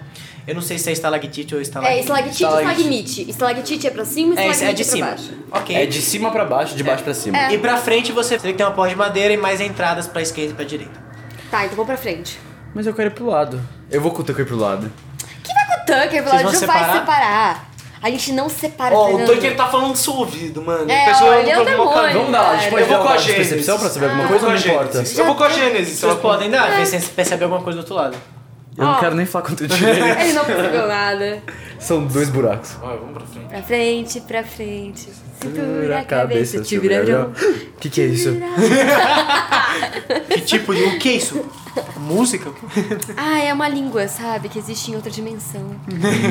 A: Eu não sei se é estalactite ou estalactite.
B: É, estalactite e
A: Tá
B: estalagmite. Estalactite é pra cima e
A: É, isso é
B: estalagmite
A: de
B: é, pra
A: cima.
B: baixo.
A: Ok.
C: É de cima pra baixo, de baixo pra cima.
B: É.
A: E pra frente você você tem uma porta de madeira e mais entradas pra esquerda e pra direita.
B: Tá, então vamos pra frente.
C: Mas eu quero ir pro lado. Eu vou com o Tucker pro lado.
B: Que vai com o
A: Vocês
B: Tucker, Vlad?
A: vão
B: não vai
A: separar?
B: separar. A gente não separa,
D: Ó, o
B: Fernando.
D: Tucker tá falando do seu ouvido, mano.
B: É,
D: tá
B: ó,
D: chegando
B: ele é um
D: pra alguma
B: demônio.
D: coisa.
C: Vamos dar, a gente
B: Eu
C: pode
D: vou
C: dar
D: com a
C: uma de
D: Gênesis.
C: percepção pra saber alguma
D: Eu
C: coisa
D: vou
C: ou
D: com
C: não
D: a
C: importa?
D: Gênesis. Eu vou com a Gênesis.
B: É.
A: Vocês podem dar, ver se vocês percebem alguma coisa do outro lado.
C: Eu não
B: Ó.
C: quero nem falar quanto eu tirei.
A: tá-
B: Ele não conseguiu nada.
C: São dois buracos.
D: Vai, vamos pra frente.
B: Pra frente, pra frente. Segura
C: Segura
B: a cabeça,
C: te virarão.
B: tigrarão.
C: Que que é isso?
A: Que tipo de. O que é isso? Música?
B: Ah, é uma língua, sabe? Que existe em outra dimensão.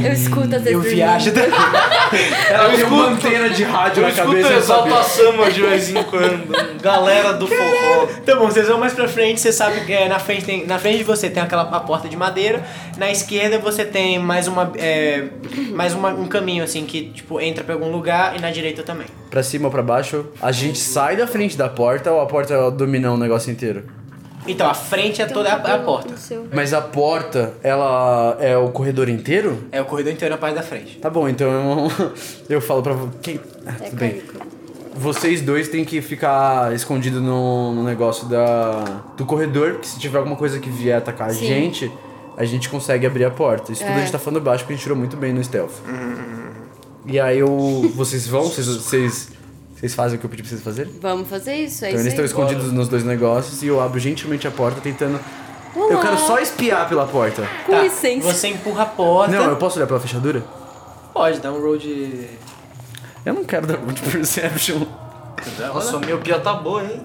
B: Eu escuto às vezes.
A: Eu
B: dormindo.
A: viajo.
D: Eu
C: tem uma
D: escuto,
C: antena de rádio
D: eu
C: na
D: escuto
C: cabeça. sabe?
D: Exalta Samba de vez em quando. Galera do forró.
A: Tá bom, vocês vão mais pra frente, você sabe que é, na, frente tem- na frente de você tem aquela uma porta de madeira, na esquerda você tem mais uma. é, mais uma- um caminho assim que, tipo, entra pra algum lugar e na direita também.
C: Pra cima ou pra baixo. A gente sai da frente da porta ou a porta domina o negócio inteiro?
A: Então, a frente é toda
B: tá
A: a, a porta.
C: Mas a porta, ela é o corredor inteiro?
A: É o corredor inteiro na parte da frente.
C: Tá bom, então eu, eu falo pra... vo- Quem? Ah,
B: É
C: tudo bem.
B: cômico.
C: Vocês dois têm que ficar escondido no, no negócio da, do corredor, porque se tiver alguma coisa que vier atacar
B: Sim.
C: a gente, a gente consegue abrir a porta. Isso tudo
B: É.
C: a gente tá falando baixo, porque a gente tirou muito bem no stealth. E aí eu... Vocês vão? Vocês, vocês, vocês fazem o que eu pedi pra vocês fazerem?
B: Vamos fazer isso, é
C: Então eles
B: isso.
C: estão
B: aí.
C: escondidos nos dois negócios e eu abro gentilmente a porta tentando... Eu
B: Olá.
C: quero só espiar pela porta.
B: Com
A: Tá,
B: licença.
A: Você empurra a
B: Tá
A: porta.
C: Não, eu posso olhar pela fechadura?
A: Pode, dá um roll de.
C: Eu não quero dar good perception.
D: Nossa, a miopia tá boa, hein?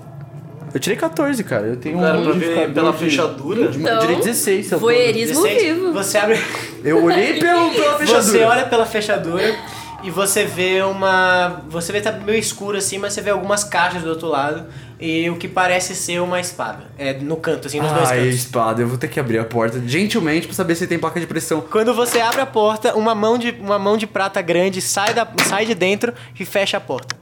C: Eu tirei 14, cara. Eu tenho
D: Cara,
C: um
D: pra ver
C: modificador
D: pela
C: de-
D: fechadura.
C: de-
B: Então,
C: eu tirei 16, seu
B: Voyeurismo
A: 16,
B: vivo.
A: Você abre.
C: Eu olhei pelo, pela fechadura.
A: Você olha pela fechadura e você vê uma. Você vê tá meio escuro assim, mas você vê algumas caixas do outro lado e o que parece ser uma espada. É no canto, assim, nos dois
C: Ai,
A: cantos.
C: espada, eu vou ter que abrir a porta gentilmente pra saber se tem placa de pressão.
A: Quando você abre a porta, uma mão de, uma mão de prata grande sai, da, sai de dentro e fecha a porta.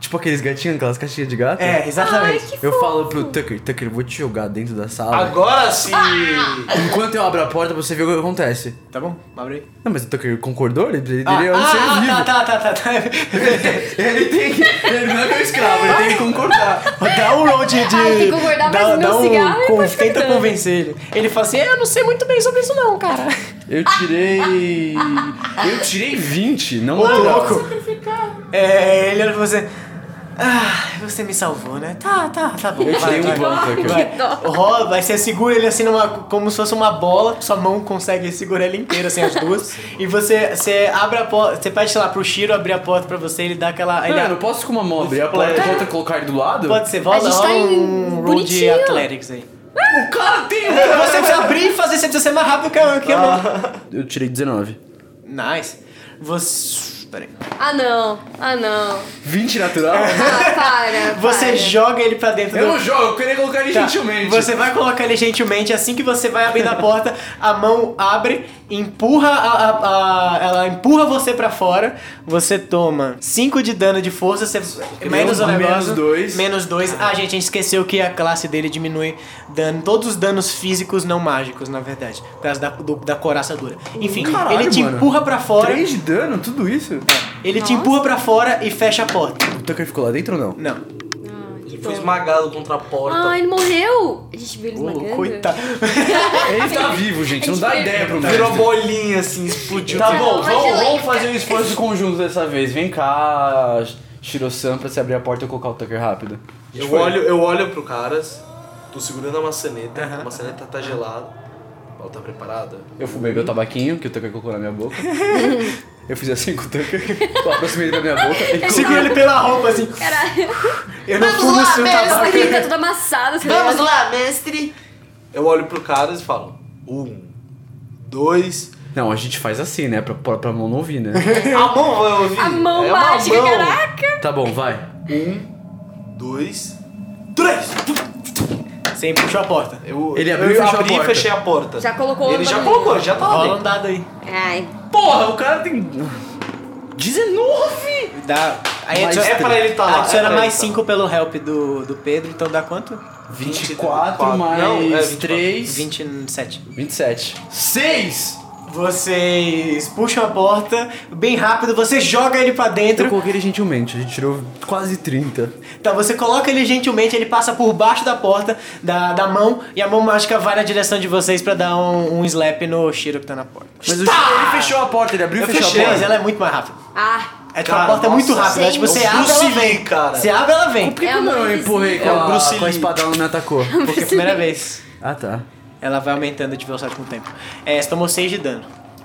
C: Tipo aqueles gatinhos, aquelas caixinhas de gato.
A: É, exatamente.
B: Ai, que
C: Eu falo pro Tucker, Tucker, eu vou te jogar dentro da
D: Ah.
C: sala.
D: Agora sim!
B: Ah.
C: Enquanto eu abro a porta, você vê o que acontece.
A: Tá bom, abre aí.
C: Não, mas o Tucker concordou? Ele, ele
A: Ah,
C: ele é um ser
A: ah,
C: vivo.
A: ah, tá, tá, tá, tá.
C: Ele tem que. Ele não é meu escravo, ele tem que concordar.
A: Dá um roll de. de
B: Ai, tem que concordar,
A: dá,
B: mas
A: dá
B: meu
A: um,
B: cigarro é mais
A: Tenta
B: cantando.
A: convencer ele. Ele fala assim: "É, eu não sei muito bem sobre isso, não, cara.
C: Eu tirei. Eu tirei 20, não é
A: Ô,
C: natural.
A: louco! É, ele olha pra você. Ah, você me salvou, né? Tá, tá, tá bom.
C: Eu tirei um bom, Tucker.
A: Vai.
B: dó.
A: Rola, vai, você segura ele assim numa, como se fosse uma bola, sua mão consegue segurar ele inteiro, assim, as duas. e você, você abre a porta, você pede, sei lá, pro Shiro abrir a porta pra você, ele dá aquela. Ele
C: Não, eu não posso com uma mão abrir a porta e outra colocar ele do lado?
A: Pode ser, rola,
B: A gente tá
A: rola
B: em-
A: um roll de
B: bonitinho.
A: Athletics aí.
C: O Um cara tem... Ah.
A: Você precisa abrir e fazer, você precisa ser mais rápido que eu. Que eu
C: Eu tirei 19.
A: não. Nice. Você. Peraí.
B: Ah, não. Ah, não.
C: 20 natural?
B: Ah, para.
C: é
A: Você
B: para.
A: joga ele pra dentro
C: eu
A: do
C: não jogo, eu queria colocar ele
A: Tá,
C: gentilmente.
A: Você vai colocar ele gentilmente, assim que você vai abrindo a porta, a mão abre, empurra a, a- a- ela empurra você pra fora, você toma 5 de dano de força, você menos o
C: um menos
A: negócio,
C: dois.
A: menos dois. Ah, gente, a gente esqueceu que a classe dele diminui dano, todos os danos físicos não mágicos, na verdade, por causa da, do- da coraça dura. Enfim,
C: Caralho,
A: ele te
C: mano.
A: empurra pra fora,
C: 3 de dano, tudo isso?
A: ele te empurra pra fora e fecha a porta.
C: Tá. O Tucker ficou lá dentro ou não?
A: Não.
D: Ele foi esmagado contra a porta.
B: Ah, ele morreu. A gente viu ele esmagando.
A: Oh, coitado.
C: Ele tá vivo, gente, não dá
B: Ele-
C: ideia pro mestre.
D: Virou bolinha assim, explodiu.
C: Tá
B: Não,
C: bom,
B: mas ele-
C: vamos, vamos fazer um esforço conjunto dessa vez. Vem cá, Shiro-san, pra você abrir a porta e eu colocar o Tucker rápido. Tipo,
D: Eu olho, eu olho pro caras, tô segurando a maçaneta, a maçaneta tá gelada. Ela tá preparada?
C: Eu fumei meu tabaquinho, que o Tucker colocou na minha boca. eu fiz assim com o Tucker, eu aproximei ele da minha boca e coloquei...
A: Segura ele pela roupa assim.
B: Caralho.
A: Eu não
B: Vamos
A: fumo
B: lá,
A: seu tabaco.
B: mestre. Ele tá todo amassado. assim, né?
D: lá, mestre! Eu olho pro caras e falo: um, dois.
C: Não, a gente faz assim, né? Pra, pra, pra mão não ouvir, né?
D: A mão vai ouvir!
B: A mão
D: é uma
B: mágica,
D: mão.
B: caraca.
C: tá bom, vai.
D: Dois, três!
A: Você puxou a porta.
D: Eu,
C: Ele abriu
D: eu
C: e fechou a
D: abri
C: porta.
D: e fechei a porta.
B: Já colocou na
D: Ele já
B: mão.
D: colocou, já tá lá
A: Rola um
D: dentro.
A: dado aí.
B: Ai.
C: Porra, o cara tem. 19!
A: Dá. Aí
C: Mais
A: adiciona,
D: É pra ele tá lá.
A: adiciona
D: é pra
A: mais
D: ele tá lá.
A: 5 pelo help do, do Pedro, então dá quanto?
C: 24 mais
D: Não, é 24.
C: 3.
A: 27.
C: 27. 6!
A: Vocês puxam a porta, bem rápido, você joga ele pra
C: Eu
A: dentro.
C: coloquei ele gentilmente, a gente tirou quase 30.
A: Tá, você coloca ele gentilmente, ele passa por baixo da porta, da, da mão, e a mão mágica vai na direção de vocês pra dar um, um slap no Shiro que tá na porta.
C: Mas o Shiro, ele fechou a porta, ele abriu e
D: Eu
C: fechou
D: fechei,
C: a
A: Mas
C: porta.
A: ela é muito mais rápida.
B: Ah.
A: É, tipo,
D: Cara,
A: a porta é muito
D: nossa,
A: rápida, né? Tipo, você
D: gente.
A: abre, ela vem.
D: Sim, cara.
A: Você abre, ela vem.
C: Por que, que eu
B: É a
C: não
B: mão
C: empurrei
B: invisível.
C: com
D: É o
C: a,
D: Bruce
C: com a
D: Lee.
C: espada, ela não me atacou?
A: Porque é a primeira vez.
C: Ah, tá.
A: Ela vai aumentando de velocidade com o tempo. É, você tomou 6 de dano.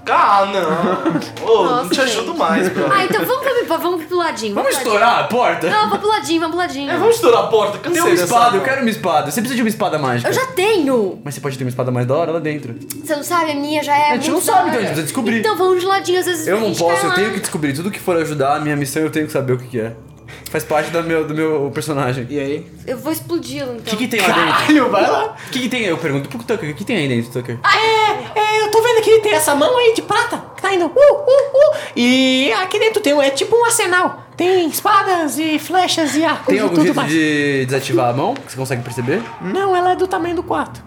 D: Ah, não. Ô, não
B: Nossa,
D: te ajudo mais, bro.
B: Ah, então vamos pro, vamos pro ladinho.
C: Vamos
B: pro
C: estourar a porta?
B: ladinho. Não, vamos pro ladinho, vamos pro ladinho.
D: É, vamos estourar a porta,
C: Tem
D: cansei
C: uma
D: dessa
C: espada, eu
D: porra.
C: quero uma espada. Você precisa de uma espada mágica.
B: Eu já tenho!
C: Mas você pode ter uma espada mais da hora lá dentro.
B: Você não sabe, a minha já é.
C: A gente não
B: muito
C: sabe,
B: da
C: então a
B: hora.
C: gente precisa descobrir.
B: Então vamos de ladinho, às vezes.
C: Eu
B: a
C: não
B: gente cai
C: posso, eu
B: lá.
A: Tá.
C: tenho que descobrir. Tudo que for ajudar a minha missão, eu tenho que saber o que que é. Faz parte da meu, do meu personagem.
A: E aí?
B: Eu vou explodi-lo
C: O
B: então.
C: que, que tem lá dentro?
A: Caralho, vai lá.
C: O que, que tem? Eu pergunto pro Tucker, o que tem aí dentro, Tucker?
A: É, eu tô vendo que tem essa mão aí de prata que tá indo. Uh, uh, uh. E aqui dentro tem um- é tipo um arsenal. Tem espadas e flechas e arcos
C: Tem
A: e
C: algum
A: tudo
C: jeito
A: mais.
C: de desativar a mão? Que você consegue perceber?
A: Não, ela é do tamanho do quarto.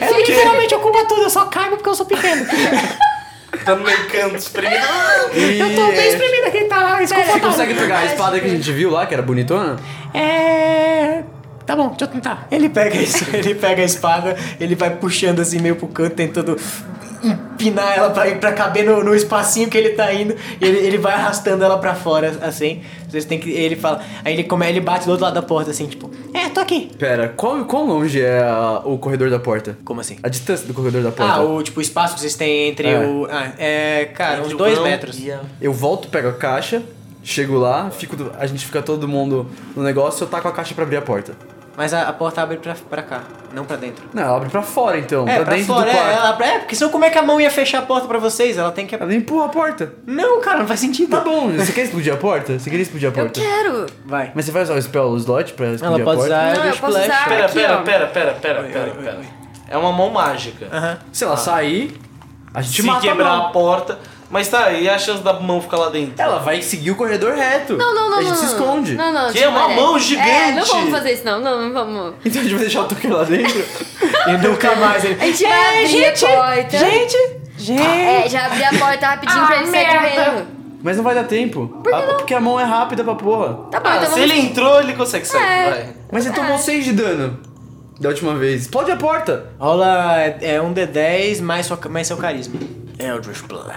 A: ela literalmente ocupa tudo, eu só caibo porque eu sou pequeno.
D: Tá no meio canto, espremido.
C: E
A: Eu tô bem
C: é,
A: espremida aqui, tá
C: Você
A: desconfortável.
C: consegue pegar a espada que a gente viu lá, que era bonitona?
A: É. Tá bom, deixa eu tentar. Ele pega isso, ele pega a espada, ele vai puxando assim meio pro canto, tentando empinar ela pra, pra caber no, no espacinho que ele tá indo. E ele, ele vai arrastando ela pra fora, assim. Vocês tem que. Ele fala. Aí ele come, ele bate do outro lado da porta, assim, tipo, é, tô aqui.
C: Pera, qual, quão longe é a- o corredor da porta?
A: Como assim?
C: A distância do corredor da porta?
A: Ah, o tipo, o espaço que vocês têm entre
C: É.
A: o. Ah, é. Cara, uns dois metros.
C: Eu volto, pego a caixa, chego lá, fico, do- a gente fica todo mundo no negócio, eu taco a caixa pra abrir a porta.
A: Mas a, a porta abre pra, pra cá, não pra dentro.
C: Não, ela abre pra fora então,
A: É,
C: pra
A: pra
C: dentro
A: fora,
C: do quarto.
A: é, ela, é, porque senão como é que a mão ia fechar a porta pra vocês? Ela tem que.
C: Ela empurra a porta.
A: Não, cara, não faz sentido.
C: Tá bom, você quer explodir a porta? Você queria explodir a
B: Eu
C: porta?
B: quero!
A: Vai.
C: Mas você vai usar o spell slot pra explodir
A: Ela
C: a
A: pode
C: porta?
A: usar
B: Não,
A: do
B: eu posso
A: splash.
B: usar-
D: Pera,
B: Aqui, ó.
D: pera, pera, pera, pera, pera,
A: oi,
D: pera. É uma mão mágica.
A: Aham.
C: Se ela sair, a gente
D: Se
C: mata
D: quebrar
C: a
D: a
C: mão.
D: porta. Mas tá, e a chance da mão ficar lá dentro?
C: Ela vai seguir o corredor reto.
B: Não, não, não.
C: A gente
B: não,
C: se
B: não.
C: esconde.
B: Não, não.
D: Que
B: tipo,
D: é uma
B: olha,
D: mão
B: É, não
D: gigante.
B: vamos fazer isso, não. Não, não vamos.
C: Então a gente vai deixar o Tucker lá dentro.
A: E nunca mais ele.
B: A gente vai abrir a porta.
A: Gente! Gente!
B: É, já abri a porta rapidinho pra ele sair correndo.
C: Mas não vai dar tempo. Ah, Porque a mão é rápida pra porra.
B: Tá bom,
D: Ah,
B: então
D: se
B: vamos.
D: ele entrou, ele consegue sair.
B: É.
D: Vai.
C: Mas você tomou 6 de dano da última vez. Explode a porta.
A: Rola é, é um D10 mais, sua, mais seu carisma.
C: É
A: Eldritch Blast.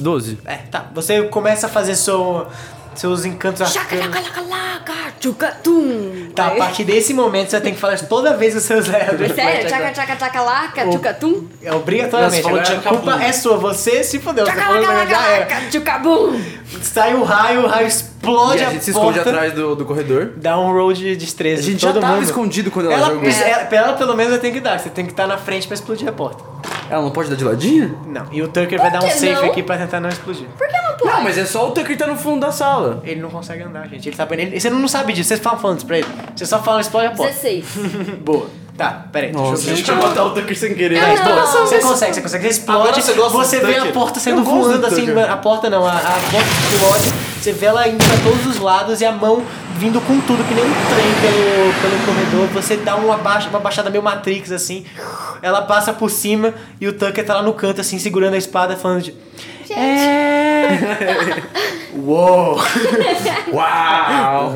C: 12.
A: É, tá. Você começa a fazer seu, seus encantos
B: Chaca,
A: arcanos.
B: chaca, chaca, laca, tchuca, tum.
A: Tá, a
B: Aí-
A: partir desse momento você tem que falar isso toda vez os seus Eldritch
B: Sério?
A: Blast.
B: Tchaca, tchaca, tchaca, laca,
A: O-
B: tchuca, tum.
A: É obrigatoriamente.
D: Nós falamos
A: Agora,
D: de
A: a culpa
D: Acapulco.
A: é sua, você se fudeu. Você
B: Tchaca,
A: falou,
B: laca,
A: mas
B: laca,
A: já era.
B: laca, tchuca, bum.
A: é. Sai o raio, o raio explode
C: E a
A: a,
C: gente se esconde
A: porta.
C: atrás do, do corredor.
A: Dá um roll de destreza.
C: A gente
A: todo
C: já tava
A: mundo.
C: escondido quando ela,
A: Ela,
C: jogou.
A: precisa- ela- pra ela, pelo menos, eu tenho que dar. Você tem que estar na frente pra explodir a porta.
C: Ela não pode dar de ladinho?
A: Não. E o Tucker vai dar um
B: que
A: safe
B: não?
A: aqui pra tentar não explodir.
B: Por que não
C: Não,
B: pode?
C: mas é só o Tucker tá no fundo da sala.
A: Ele não consegue andar, gente. Ele tá ele, Você não sabe disso. Vocês falam falando isso pra ele. Você só fala explode a porta.
B: 16.
A: Boa. Tá, peraí.
C: Nossa,
A: deixa eu...
C: gente vai matar o Tucker sem querer.
B: Não, não,
A: Boa,
B: não.
A: você consegue, você consegue, você explode,
D: Agora você gosta
A: você
D: do
A: vê
D: Tucker.
A: a porta sendo
C: Eu gosto do
A: voando assim,
C: Tucker.
A: a porta não, a, a porta explode, você vê ela indo pra todos os lados e a mão vindo com tudo, que nem um trem pelo, pelo corredor, você dá uma, baixa, uma baixada meio Matrix assim, ela passa por cima e o Tucker tá lá no canto assim, segurando a espada, falando de...
B: Gente.
A: É... Uou!
C: Uau!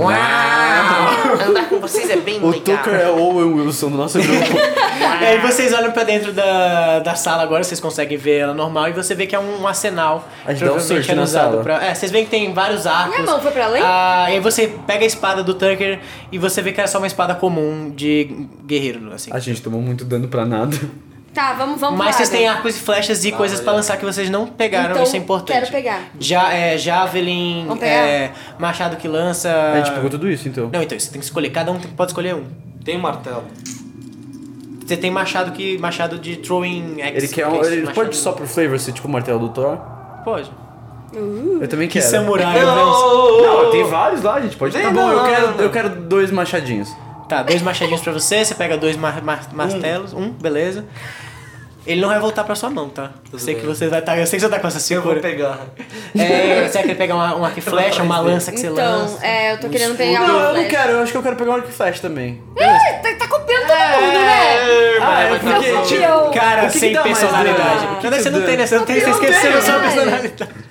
D: Andar com vocês é bem
C: O Tucker é o Owen Wilson do nosso grupo.
A: E aí vocês olham pra dentro da, da sala agora, vocês conseguem ver ela normal e você vê que é um, um arsenal.
C: A gente dá um
A: provavelmente
C: search
A: era
C: na
A: usado
C: sala.
A: pra- é, vocês veem que tem vários arcos.
B: Minha mão foi pra além?
A: Ah, e aí você pega a espada do Tucker e você vê que era só uma espada comum de guerreiro, assim.
C: a gente tomou muito dano pra nada.
B: Tá, vamos, vamos
A: Mas
B: pro
A: vocês
B: lado.
A: têm arcos e flechas e coisas pra lançar que vocês não pegaram,
B: Então,
A: isso é importante.
B: quero pegar.
A: Ja, é, javelin,
B: Vamos pegar?
A: é, machado que lança...
C: A gente pegou tudo isso então.
A: Não, então, você tem que escolher, cada um tem- pode escolher um.
D: Tem um martelo.
A: Você tem machado que. machado de throwing axe.
C: Ele quer
A: que é
C: um,
A: isso,
C: ele
A: machado
C: pode
A: de-
C: só pro flavor ser tipo o martelo do Thor.
A: Pode.
C: Eu também
A: Que
C: quero.
A: samurai, né?
C: Não,
D: Não,
C: tem vários lá, gente. Pode.
D: Tem,
C: Tá bom,
D: não,
C: eu
D: não,
C: quero,
D: não.
C: eu quero dois machadinhos.
A: Tá, dois machadinhos pra você, você pega dois ma ma- martelos, um. beleza. Ele não vai voltar pra sua mão, tá? Eu sei
D: bem.
A: que você vai tá, eu sei que você tá com essa
D: Eu vou
A: cintura.
D: pegar.
A: É, você quer pegar uma, uma que flecha, uma lança que você
B: Então,
A: lança.
B: é, eu tô querendo pegar
C: não,
B: uma
C: eu não
B: flecha.
C: quero. Eu acho que eu quero pegar um arco e flecha também.
B: Ih, tá, tá copiando todo mundo, né?
C: Ah, é
B: Não,
C: porque,
B: porque
C: tipo,
B: eu-
A: Cara,
C: O que que
A: sem
C: dá mais
A: personalidade.
C: dano?
A: Na
C: O que
A: verdade,
C: que
A: você não
C: dá?
A: tem, né? Você não tem, você esqueceu da sua
B: cara.
A: personalidade.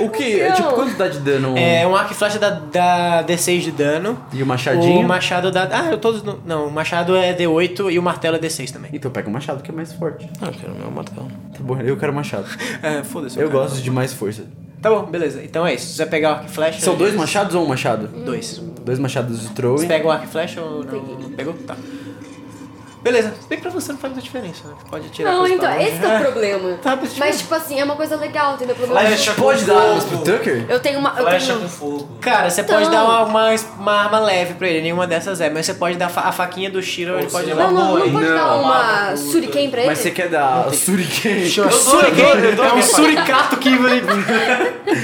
C: O que? É, tipo,
B: Não.
C: quanto dá de dano?
A: É, um arco e flecha dá, dá D6 de dano.
C: E o machadinho?
A: O machado dá. Ah, eu todos. não- Não, o machado é D8 e o martelo é D6 também.
C: Então pega o machado que é mais forte.
D: Eu quero meu martelo.
C: Tá bom, eu quero machado.
A: É, foda-se.
C: Eu
A: cara.
C: gosto de mais força.
A: Tá bom, beleza. Então é isso. Você vai pegar o arco e flecha.
B: Hum.
C: São dois machados ou um machado?
A: Dois.
C: dois machados de throwing.
A: Você pega um arco e flecha ou não?
B: Peguei.
A: Pegou? Tá. Beleza. Se bem que pra você não faz muita diferença, né? Pode tirar
B: Não,
A: coisa pra
B: então,
A: longe.
B: esse que é o problema.
A: Tá, mas, tipo-
B: Mas, tipo assim, é uma coisa legal, entendeu? Pelo
D: Mas
B: menos
D: deixa eu-
C: Pode dar armas pro
D: Fogo.
C: Tucker?
B: eu tenho uma. Eu
D: Flecha
B: tenho...
D: com fogo.
A: Cara, você
B: Então.
A: pode dar uma, uma, uma arma leve pra ele, nenhuma dessas é, mas você pode dar fa- a faquinha do Shiro,
D: Ou
A: ele pode
D: seja,
A: dar
B: Não, não, não pode
C: Não,
B: dar
D: amada,
B: uma
D: puta.
B: suriken pra ele?
C: Mas você quer dar Suriken?
A: É um
D: Eu dou, eu dou,
A: suricato-
D: eu dou
A: é um
D: minha
A: suricato que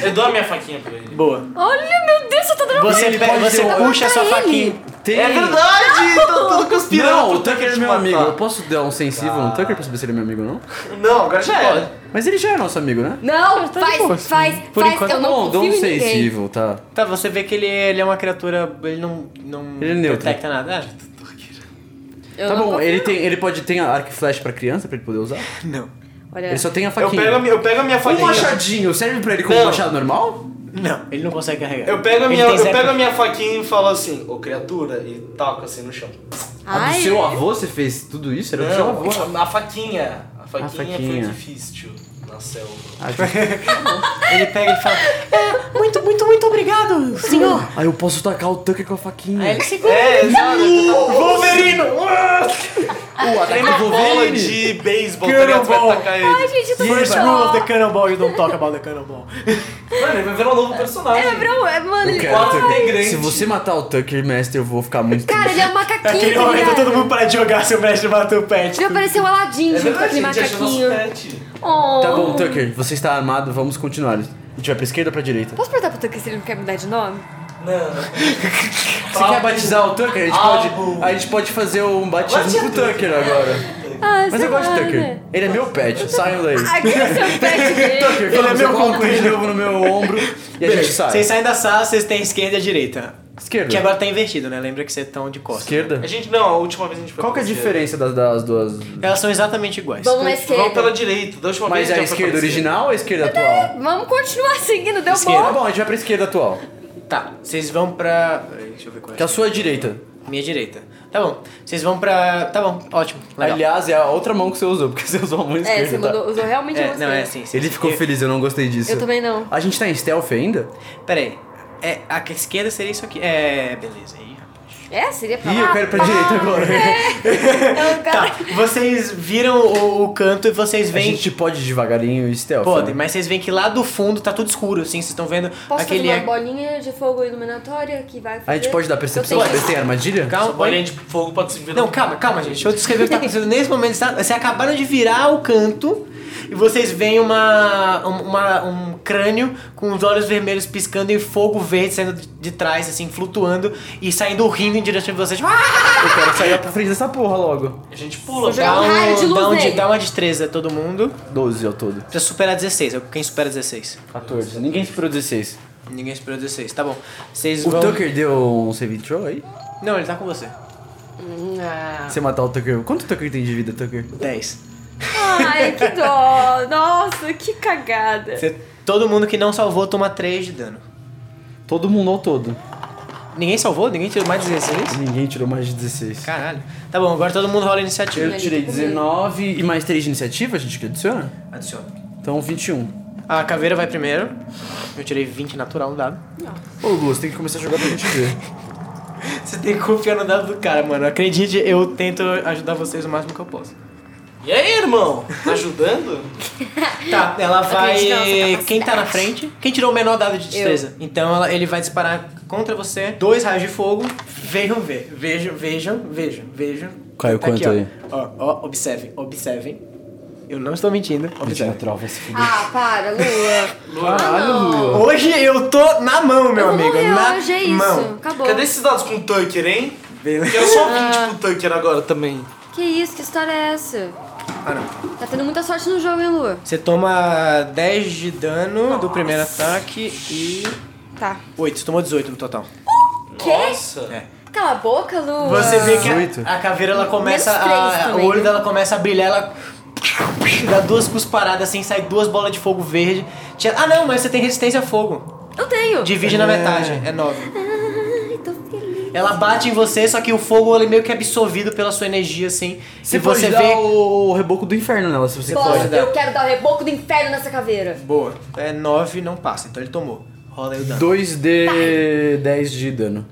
D: Eu dou a minha faquinha pra ele.
A: Boa.
B: Olha, meu Deus, eu tô dando uma
A: Você,
C: ele
A: pe-
C: pode
A: você
C: derrubar
A: puxa a sua faquinha.
C: Tem...
D: É verdade! Tô tudo conspirando
C: Não,
D: pro
C: o Tucker é
D: te
C: meu
D: matar. Ah.
C: amigo. Eu posso dar um sensível no Tucker pra saber se ele é meu amigo ou não?
D: Não, agora já era.
C: Mas ele já é nosso amigo, né?
B: Não, faz,
A: boa, assim.
B: faz,
A: Por
B: faz.
A: enquanto,
B: eu não
C: Bom,
B: confio
C: dou um
B: em ninguém.
C: sensível, tá?
A: Tá, você vê que ele, ele é uma criatura. Ele não. não
C: Ele é neutro.
A: detecta nada. É.
B: Eu
C: tá
B: não
C: bom,
B: confio.
C: ele, tem, ele pode ter arco e flecha pra criança pra ele poder usar?
A: Não.
B: Olha,
C: Ele só tá tem a
D: Eu
C: faquinha.
D: pego, a mi- eu pego a minha
C: Um
D: faquinha.
C: machadinho serve pra ele como
D: Não.
C: um machado normal?
A: Não, ele não consegue carregar.
D: Eu pego a minha,
A: Ele tem
D: eu
A: zero-
D: pego a minha faquinha e falo assim, ô criatura, e taco assim no chão.
C: A do
B: ai,
C: seu avô você fez tudo isso? Era do seu avô. né?
D: a faquinha. A faquinha,
C: faquinha.
D: foi difícil na selva.
A: Ele pega e fala: É, muito, muito, muito obrigado, senhor.
C: Aí eu posso tacar o Tucker com a faquinha.
A: Aí ele segura.
D: É, exato.
A: Wolverino!
C: o
D: Tem
C: ataque
D: uma
C: do
D: bola
C: Wolverine.
D: de beisebol, tá ligado? Vai
A: Cannonball.
D: atacar
B: ai,
D: ele.
B: gente, eu tô
A: First
B: falando.
A: rule of the cannonball, you don't talk about the cannonball.
D: Mano, ele vai virar um novo personagem.
B: É, bro, é, mano,
C: Eu
B: ele...
C: quero o Tucker.
D: integrante.
C: Se você matar o Tucker, mestre, eu vou ficar muito
B: Cara,
C: triste.
B: ele é um macaquinho,
A: Naquele
B: tá
A: momento
B: ligado?
A: todo mundo para de jogar, seu mestre matou o pet.
B: Já apareceu o Aladdin
D: É
B: junto com aquele
D: verdade, a gente achou nosso
B: macaquinho.
D: pet.
B: Oh.
C: Tá bom, Tucker, você está armado, vamos continuar. A gente vai pra esquerda ou pra direita?
B: Posso perguntar pro Tucker se ele não quer me dar de nome?
D: Não.
C: Você quer batizar o Tucker? A gente,
D: Álbum.
C: pode, a gente pode fazer um batismo
D: Bate
C: com o Tucker agora.
B: Ah,
C: Mas eu gosto do Tucker. Ele é meu pet, saiam daí.
B: Aqui é seu pet dele.
C: Tucker,
A: Ele é
C: vamos,
A: meu
C: eu coloco ele
A: companheiro.
C: de novo no meu ombro e a gente
A: Beleza,
C: sai.
A: Vocês saem da sala, vocês têm a esquerda e a direita.
C: Esquerda.
A: Que agora tá invertido, né? Lembra que vocês estão de costas.
D: A
C: Esquerda?
D: gente, não, a última vez a gente foi
C: Qual que é a
D: pra esquerda.
C: diferença das, das duas?
A: Elas são exatamente iguais.
B: Vamos na
D: Vamos pela
B: esquerda.
D: direita, da última vez
C: Mas é a
D: já foi pra
C: esquerda original ou a esquerda atual?
B: Vamos continuar seguindo, deu
A: Esquerda.
C: Tá
B: bom.
C: bom, a gente vai pra esquerda atual.
A: Tá, vocês vão pra. Peraí, Deixa eu ver qual é.
C: Que é a sua direita.
A: Minha direita. Tá bom. Vocês vão pra. Tá bom, ótimo. Legal.
C: Aliás, é a outra mão que você usou, porque você usou a mão
B: É,
C: esquerda.
B: você
C: tá?
B: mudou, usou realmente a
A: É,
B: música.
A: não, é assim. sim.
C: Ele ficou
A: Eu-
C: feliz, eu não gostei disso.
B: Eu também não.
C: A gente tá em stealth ainda?
A: Peraí. É, a que- esquerda seria isso aqui. É. Beleza, aí, rapaz.
B: É, seria pra
C: Ih,
B: lá.
C: eu quero ir pra direita agora.
B: É, o
A: Tá,
B: cara...
A: vocês viram o, o canto e vocês
C: A
A: veem.
C: gente pode ir devagarinho e stealth.
A: Podem,
C: né?
A: mas vocês veem que lá do fundo tá tudo escuro, assim, vocês estão vendo
B: Posso
A: aquele. é-
B: fazer uma bolinha de fogo iluminatória que vai fazer...
C: A gente pode dar percepção
B: Eu
C: pra ver
B: tenho-
C: se tem armadilha?
A: Calma,
D: Essa bolinha
A: pode...
D: de fogo pode se virar.
A: Não, calma, calma, gente. Deixa eu descrever o que tá acontecendo nesse momento. Tá? Vocês acabaram de virar o canto e vocês veem uma, um- uma- um crânio com os olhos vermelhos piscando e fogo verde saindo de- de trás, assim, flutuando e saindo rindo em direção de vocês. Tipo, "Ah!"
C: Eu quero sair pra frente dessa porra logo.
D: A gente pula,
B: Jogar
A: Dá,
B: um raio de luz
A: dá, um de-
B: nele.
A: dá uma destreza todo mundo
C: 12 ao todo.
A: pra superar 16. É Quem supera 16?
C: 14. Ninguém superou 16.
A: Ninguém superou 16. Tá bom. Vocês
C: O
A: vão...
C: Tucker deu um saving throw aí?
A: Não, ele tá com você.
B: Ah.
C: Você matar o Tucker. Quanto Tucker tem de vida, Tucker?
A: 10.
B: Ai, que dó. Nossa, que cagada.
A: Você- Todo mundo que não salvou toma 3 de dano.
C: Todo mundo ao todo.
A: Ninguém salvou? Ninguém tirou mais 16?
C: Ninguém tirou mais de 16.
A: Caralho. Tá bom, agora todo mundo rola a iniciativa.
C: Eu tirei 19 e mais 3 de iniciativa, a gente que adiciona?
A: Adiciona.
C: Então 21.
A: A caveira vai primeiro. Eu tirei 20 natural no dado.
C: Ô, Lu, você tem que começar a jogar pra gente ver.
A: Você tem que confiar no dado do cara, mano. Acredite, eu tento ajudar vocês o máximo que eu posso.
D: E aí, irmão? Tá ajudando?
A: Tá, ela vai.
B: Acredite na nossa capacidade.
A: Quem tá na frente? Quem tirou o menor dado de destreza? Então ela- ele vai disparar contra você. Dois raios de fogo. Vejam ver. Vejam, vejam, vejam, vejam.
C: Caiu
A: Tá aqui,
C: quanto aí?
A: Ó. ó, ó, observem, observem. Eu não estou mentindo. Observem.
C: vai se fuder.
B: Ah, para, Lua.
C: Caralho, Lu.
A: Hoje eu tô na mão, meu
B: Eu vou
A: amigo.
B: morrer
A: na
B: hoje, é isso.
A: mão.
B: Acabou. Ah.
D: Cadê esses dados com o Tucker, hein?
A: Beleza.
D: Eu sou 20 pro Tucker agora também.
B: Que isso? Que história é essa?
A: Ah, não.
B: Tá tendo muita sorte no jogo, hein, Lua?
A: Você toma 10 de dano do primeiro ataque e.
B: Tá.
A: 8, você tomou 18 no total.
D: Nossa.
A: É.
B: Cala a boca, Lua.
A: Você vê que
C: 18?
A: a, a caveira ela começa.
B: Menos três
A: a-
B: também,
A: o olho
B: né?
A: dela começa a brilhar, ela. Dá duas cusparadas assim, sai duas bolas de fogo verde. Tira- Ah não, mas você tem resistência a fogo.
B: Eu tenho.
A: Divide na metade, é 9.
B: Ai, tô feliz.
A: Ela bate em você, só que o fogo ele é meio que absorvido pela sua energia, assim.
C: Você
A: e
C: pode
A: você
C: dar
A: vê.
C: o reboco do inferno nela, se você
B: Posso?
C: pode.
A: dar.
B: Eu quero dar o reboco do inferno nessa caveira.
A: Boa. É 9 não passa, então ele tomou. Rola aí o dano.
C: 2 d 10 de dano.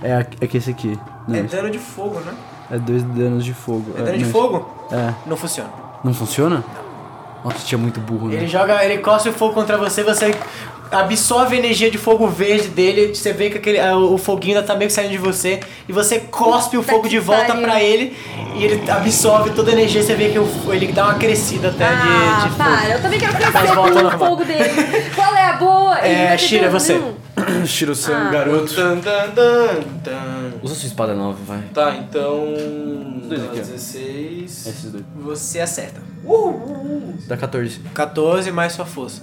C: É, a- é que esse aqui. Não,
A: É dano de fogo, né?
C: é dois danos de fogo.
A: É dano de
C: mas-
A: fogo?
C: É.
A: Não funciona.
C: Não funciona? Nossa, tinha muito burro, né?
A: Ele joga, ele coça o fogo contra você, você absorve a energia de fogo verde dele, você vê que aquele, ah, o foguinho ainda tá meio que saindo de você, e você cospe o
B: Puta
A: fogo
B: que
A: de volta
B: pariu.
A: pra ele, e ele absorve toda a energia, você vê que o- ele dá uma crescida até de-
B: Ah,
A: de, fogo.
B: para, eu também quero
A: Mas
B: crescer
A: volta
B: com
A: normal.
B: o fogo dele. Qual é a boa? Ele
A: É,
B: vai ter um- Hum,
A: Shira, é
B: dois
A: você.
B: num.
C: Shiro-san,
B: Ah.
C: garoto.
D: Tan, tan, tan, tan.
C: Usa sua espada nova, vai.
D: Tá, então.
C: dois aqui, ó.
D: 16.
C: Esses dois.
A: Você acerta.
C: Dá 14.
A: 14 mais sua força.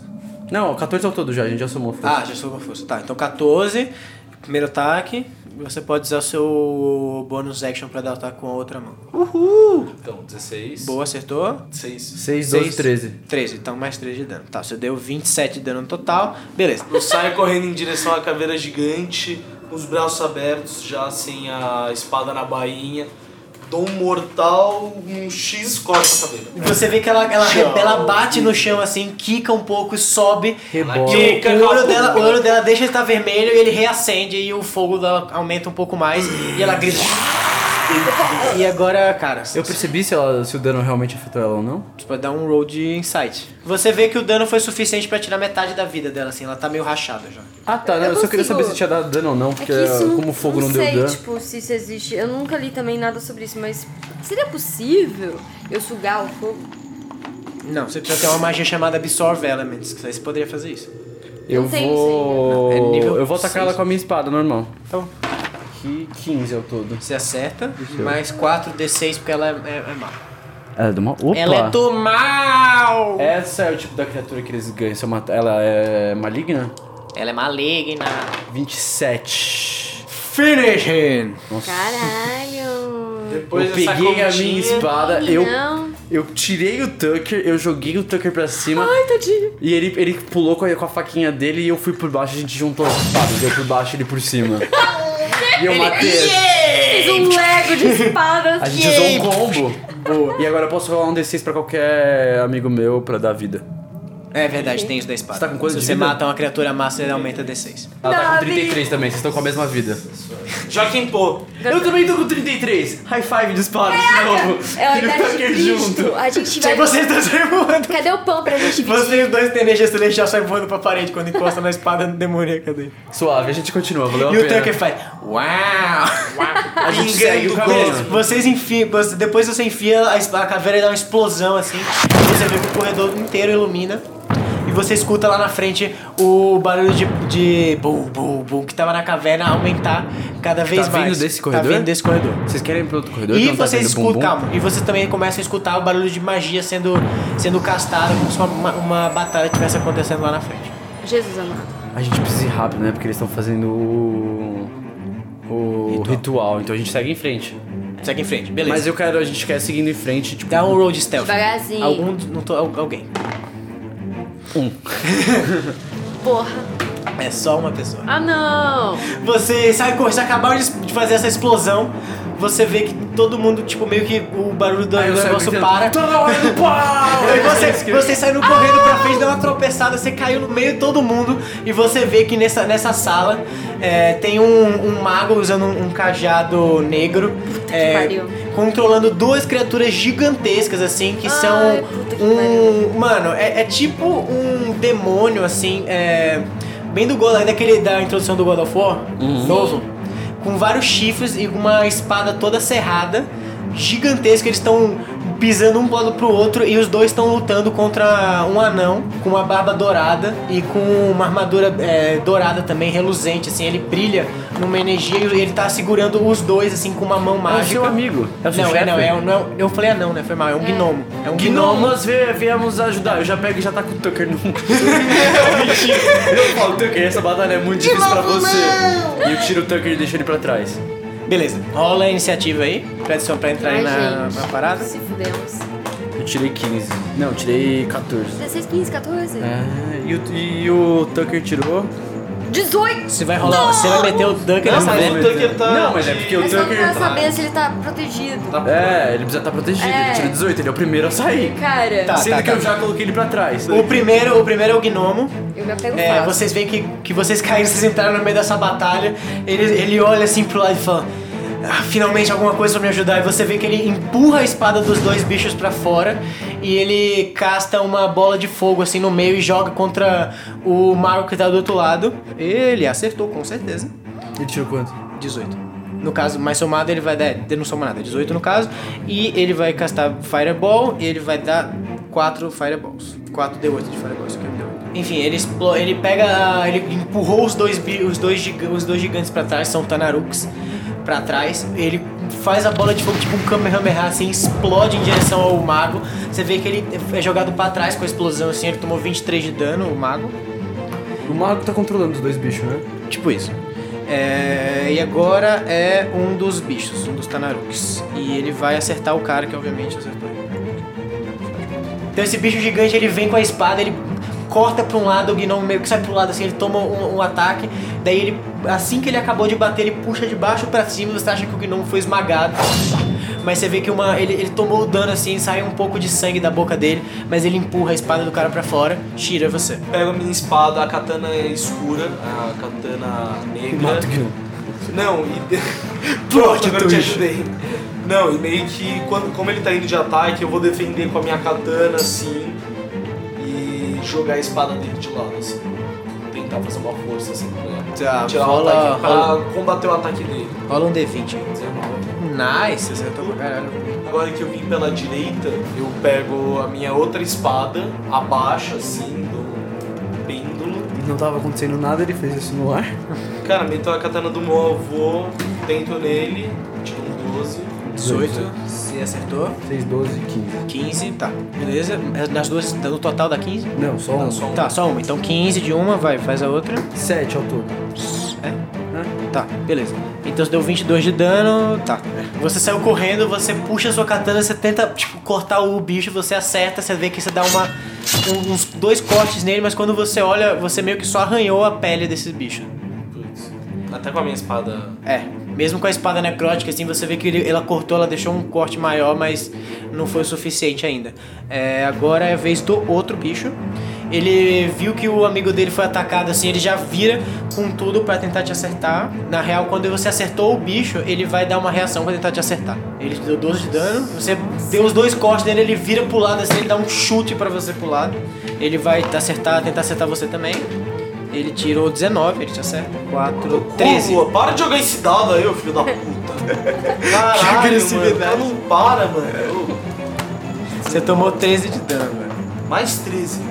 C: Não, 14 ao todo já, a gente já somou. foi.
A: Ah, já sou com a força. Tá, então 14, primeiro ataque. Você pode usar o seu bônus action pra dar o ataque com a outra mão.
D: Então, 16.
A: Boa, acertou.
D: 6.
C: 6, 12,
A: Seis.
C: 13.
A: 13, então mais 3 de dano. Tá, você deu 27 de dano no total. Beleza.
D: Eu saio correndo em direção à caveira gigante, com os braços abertos, já sem a espada na bainha. Dou um mortal, um X, corta a caveira.
A: Você vê que ela, ela, ela bate no chão assim, quica um pouco, sobe.
C: Rebola.
A: E
D: Quica,
A: o olho,
D: acabou.
A: dela, o olho dela deixa de estar vermelho e ele reacende e o fogo dela aumenta um pouco mais e ela grita. E agora, cara,
C: Eu percebi se, ela, se o dano realmente afetou ela ou não.
A: Tipo, dar um roll de insight. Você vê que o dano foi suficiente pra tirar metade da vida dela, assim. Ela tá meio rachada já.
C: Ah, tá.
B: Eu
C: não, eu só
B: consigo.
C: queria saber se tinha dado dano ou não,
B: É
C: porque
B: que isso não,
C: como o fogo não,
B: não
C: deu
B: sei,
C: dano.
B: tipo, se isso existe. Eu nunca li também nada sobre isso, mas seria possível eu sugar o fogo?
A: Não, você precisa ter uma magia chamada Absorve Elements, que você poderia fazer isso.
C: eu
B: não tem
C: vou.
A: isso ainda. É nível
C: eu vou atacar
A: seis.
C: ela com a minha espada normal.
A: Então,
C: Que 15 ao todo.
A: você acerta, mais 4d6, porque ela é, é, é má.
C: Ela é do mal. Opa!
A: Ela é do mal!
C: Essa é o tipo da criatura que eles ganham. se eu matar- Ela é maligna?
A: Ela é maligna.
C: 27.
A: Finish him!
C: Nossa.
B: Caralho!
D: Depois
C: eu
D: dessa
C: peguei a minha
D: continha-
C: espada, eu,
B: Não.
C: eu tirei o Tucker, eu joguei o Tucker pra cima
B: Ai, tadinho.
C: e ele, ele pulou com a, com a faquinha dele e eu fui por baixo, a gente juntou as espadas, eu por baixo e ele por cima. e eu matei.
A: é
B: Fiz um lego de espadas.
C: A gente usou um combo. Boa. E agora eu posso rolar um D6 pra qualquer amigo meu pra dar vida.
A: É verdade, tem isso da espada.
C: Você tá com coisa
A: Se
C: de
A: você
C: vida?
A: mata uma criatura má, você aumenta d6.
C: Ela tá
B: Dá
C: com 33 também, vocês estão com a mesma vida.
D: Já quempou.
C: Eu também tô com 33! High five de espada de novo!
B: É a
C: E o
A: tá
B: idade de
C: Tucker
B: Cristo. A gente vai...
A: Aí vocês dois saem voando.
B: Cadê o pão pra gente vir?
A: Vocês dois têm energia celestial sai voando pra parede quando encosta na espada demoníaca dele.
C: Suave, a gente continua, valeu a
A: E o é
C: pena.
A: Tucker faz. Uau!
C: a gente segue o
A: Beleza,
C: caminho.
A: vocês enfiam. você- depois você enfia a, es- a caveira e dá uma explosão assim. e Você vê que o corredor inteiro ilumina. E você escuta lá na frente o barulho de, de bum, bum, bum, que tava na caverna aumentar cada vez
C: vindo
A: mais.
C: desse
A: Tá
C: corredor?
A: vindo desse corredor.
C: Vocês querem ir pro outro corredor? que
A: E
C: não tá
A: vocês
C: vendo
A: escutam,
C: bumbum?
A: calma, e vocês também começam a escutar o barulho de magia sendo, sendo castada, como se uma, uma batalha estivesse acontecendo lá na frente.
B: Jesus amado.
C: A gente precisa ir rápido, né? Porque eles estão fazendo o. O ritual. então a gente segue em frente.
A: Segue em frente, beleza.
C: Mas eu quero, a gente quer seguindo em frente, tipo.
A: Dá um roll de stealth.
B: Devagarzinho.
A: Algum, não tô, al- alguém.
B: Porra.
A: É só uma pessoa.
B: Ah, não.
A: Você sai correndo, vocês acabaram de de fazer essa explosão. Você vê que todo mundo, tipo, meio que o barulho do
C: Aí eu saio
A: negócio
C: gritando,
A: para.
C: Tá na hora do pau!
A: E você, você saindo
C: Ah!"
A: correndo pra frente, deu uma tropeçada, você caiu no meio de todo mundo e você vê que nessa, nessa sala é, tem um, um mago usando um, um cajado negro. é,
B: pariu.
A: Controlando duas criaturas gigantescas, assim, que
B: Ai,
A: são
B: puta que
A: um. Mano, é, é tipo um demônio, assim, é, bem do God, daquele da introdução do God of War,
C: Uhum.
A: novo, com vários chifres e uma espada toda serrada, gigantesca. Eles estão pisando um lado pro outro e os dois estão lutando contra um anão com uma barba dourada e com uma armadura é, dourada também, reluzente, assim. Ele brilha numa energia e ele tá segurando os dois, assim, com uma mão
C: É o
A: mágica.
C: seu amigo. É o seu
A: não,
C: chefe.
A: é, não, é, um- não, é um- eu falei anão, né? Foi mal, é um gnomo. É um
C: Gnomo, nós vie- viemos ajudar. Eu já pego e já tá com o Tucker no. eu falo, Tucker, essa batalha é muito difícil pra você. E eu tiro o Tucker e deixo ele pra trás.
A: Beleza, rola a iniciativa aí, pra, adicionar- pra
C: Tá
A: entrar aí
B: Ai,
A: na,
B: gente.
A: na parada.
B: Se fudemos.
C: Eu tirei 15. Não, eu tirei 14.
B: 16, 15, 14.
C: É, e, o, e o Tucker tirou
B: 18!
A: Você vai rolar. Você vai meter o Dunker
D: Não,
A: nessa
D: mas
A: merda.
D: o Tucker tá.
C: Não, mas é
D: de-
C: porque o
B: Mas só pra
C: Tucker.
B: saber se ele tá protegido.
C: É, ele precisa estar protegido,
B: É.
C: ele tira 18, ele é o primeiro a sair.
B: Cara,
A: Tá.
C: Sendo que eu já coloquei ele pra trás.
A: O primeiro, o primeiro é o Gnomo.
B: eu me apego
A: É,
B: fácil.
A: vocês veem que, que vocês caíram, vocês entraram no meio dessa batalha. Ele, ele olha assim pro lado e fala: "Ah, finalmente alguma coisa pra me ajudar. E você vê que ele empurra a espada dos dois bichos pra fora e ele casta uma bola de fogo assim no meio e joga contra o mago que tá do outro lado. Ele acertou, com certeza.
C: Ele tirou quanto?
A: 18. No caso, mais somado ele vai dar. Não soma nada, 18 no caso. E ele vai castar Fireball e ele vai dar 4 Fireballs. 4 D8 de Fireballs, isso aqui é um D8. Enfim, ele, explo- ele pega. a- Ele empurrou os dois, bi- os dois, giga- os dois gigantes pra trás, são Tanaruks, pra trás. Ele faz a bola de fogo tipo um Kamehameha assim, explode em direção ao mago. Você vê que ele é jogado pra trás com a explosão assim, ele tomou 23 de dano, o mago.
C: O mago tá controlando os dois bichos, né?
A: Tipo isso. É, e agora é um dos bichos, um dos Tanaruks. E ele vai acertar o cara que obviamente acertou ele. Então esse bicho gigante ele vem com a espada, ele corta pra um lado, o gnomo meio que sai pro lado assim, ele toma um, um ataque, daí ele, assim que ele acabou de bater, ele puxa de baixo pra cima, você acha que o gnomo foi esmagado. Mas você vê que uma, ele, ele tomou o dano assim, sai um pouco de sangue da boca dele, mas ele empurra a espada do cara pra fora, tira você.
D: Pego a minha espada, a katana é escura, a katana negra.
C: Mato o Gnu.
D: Não, e. Pronto, agora eu te ajudei. Não, e meio que quando, como ele tá indo de ataque, eu vou defender com a minha katana assim e jogar a espada dele de lado, assim. Tentar fazer uma força assim pra
A: Tá,
D: tirar
A: rola-
D: o ataque,
A: rola.
D: pra combater o ataque dele.
A: Rola um D20 aí.
D: 19.
A: Nice, acertou pra caralho.
D: Agora que eu vim pela direita, eu pego a minha outra espada, abaixo assim, do pêndulo.
C: Não tava acontecendo nada, ele fez isso no ar.
D: Cara, meto a katana do meu avô, tento nele, tiro um 12.
A: 18, você acertou.
C: Fez 12, 15.
A: 15, tá. Beleza? Nas duas, no total dá 15?
C: Não, só um.
D: só um.
A: Tá, só uma. Então 15 de uma, vai, faz a outra.
C: 7 ao todo.
A: É? Tá, beleza. Então você deu 22 de dano, tá. Você saiu correndo, você puxa a sua katana, você tenta, tipo, cortar o bicho, você acerta, você vê que você dá uma... um- uns dois cortes nele, mas quando você olha, você meio que só arranhou a pele desses bichos.
D: Putz. Até com a minha espada.
A: É, mesmo com a espada necrótica, assim, você vê que ele- ela cortou, ela deixou um corte maior, mas não foi o suficiente ainda. É, agora é a vez do outro bicho. Ele viu que o amigo dele foi atacado, assim, ele já vira com tudo pra tentar te acertar. Na real, quando você acertou o bicho, ele vai dar uma reação pra tentar te acertar. Ele te deu 12 de dano, você deu os dois cortes nele, ele vira pro lado, assim, ele dá um chute pra você pro lado. Ele vai te acertar, tentar acertar você também. Ele tirou 19, ele te acerta. 4, 13.
D: Ô, Lua, para de jogar esse dado aí, ô filho da puta. Caralho, mano.
A: agressividade.
D: cara Não para, mano.
A: Você tomou 13 de dano, né? velho.
D: Ô, Mais 13.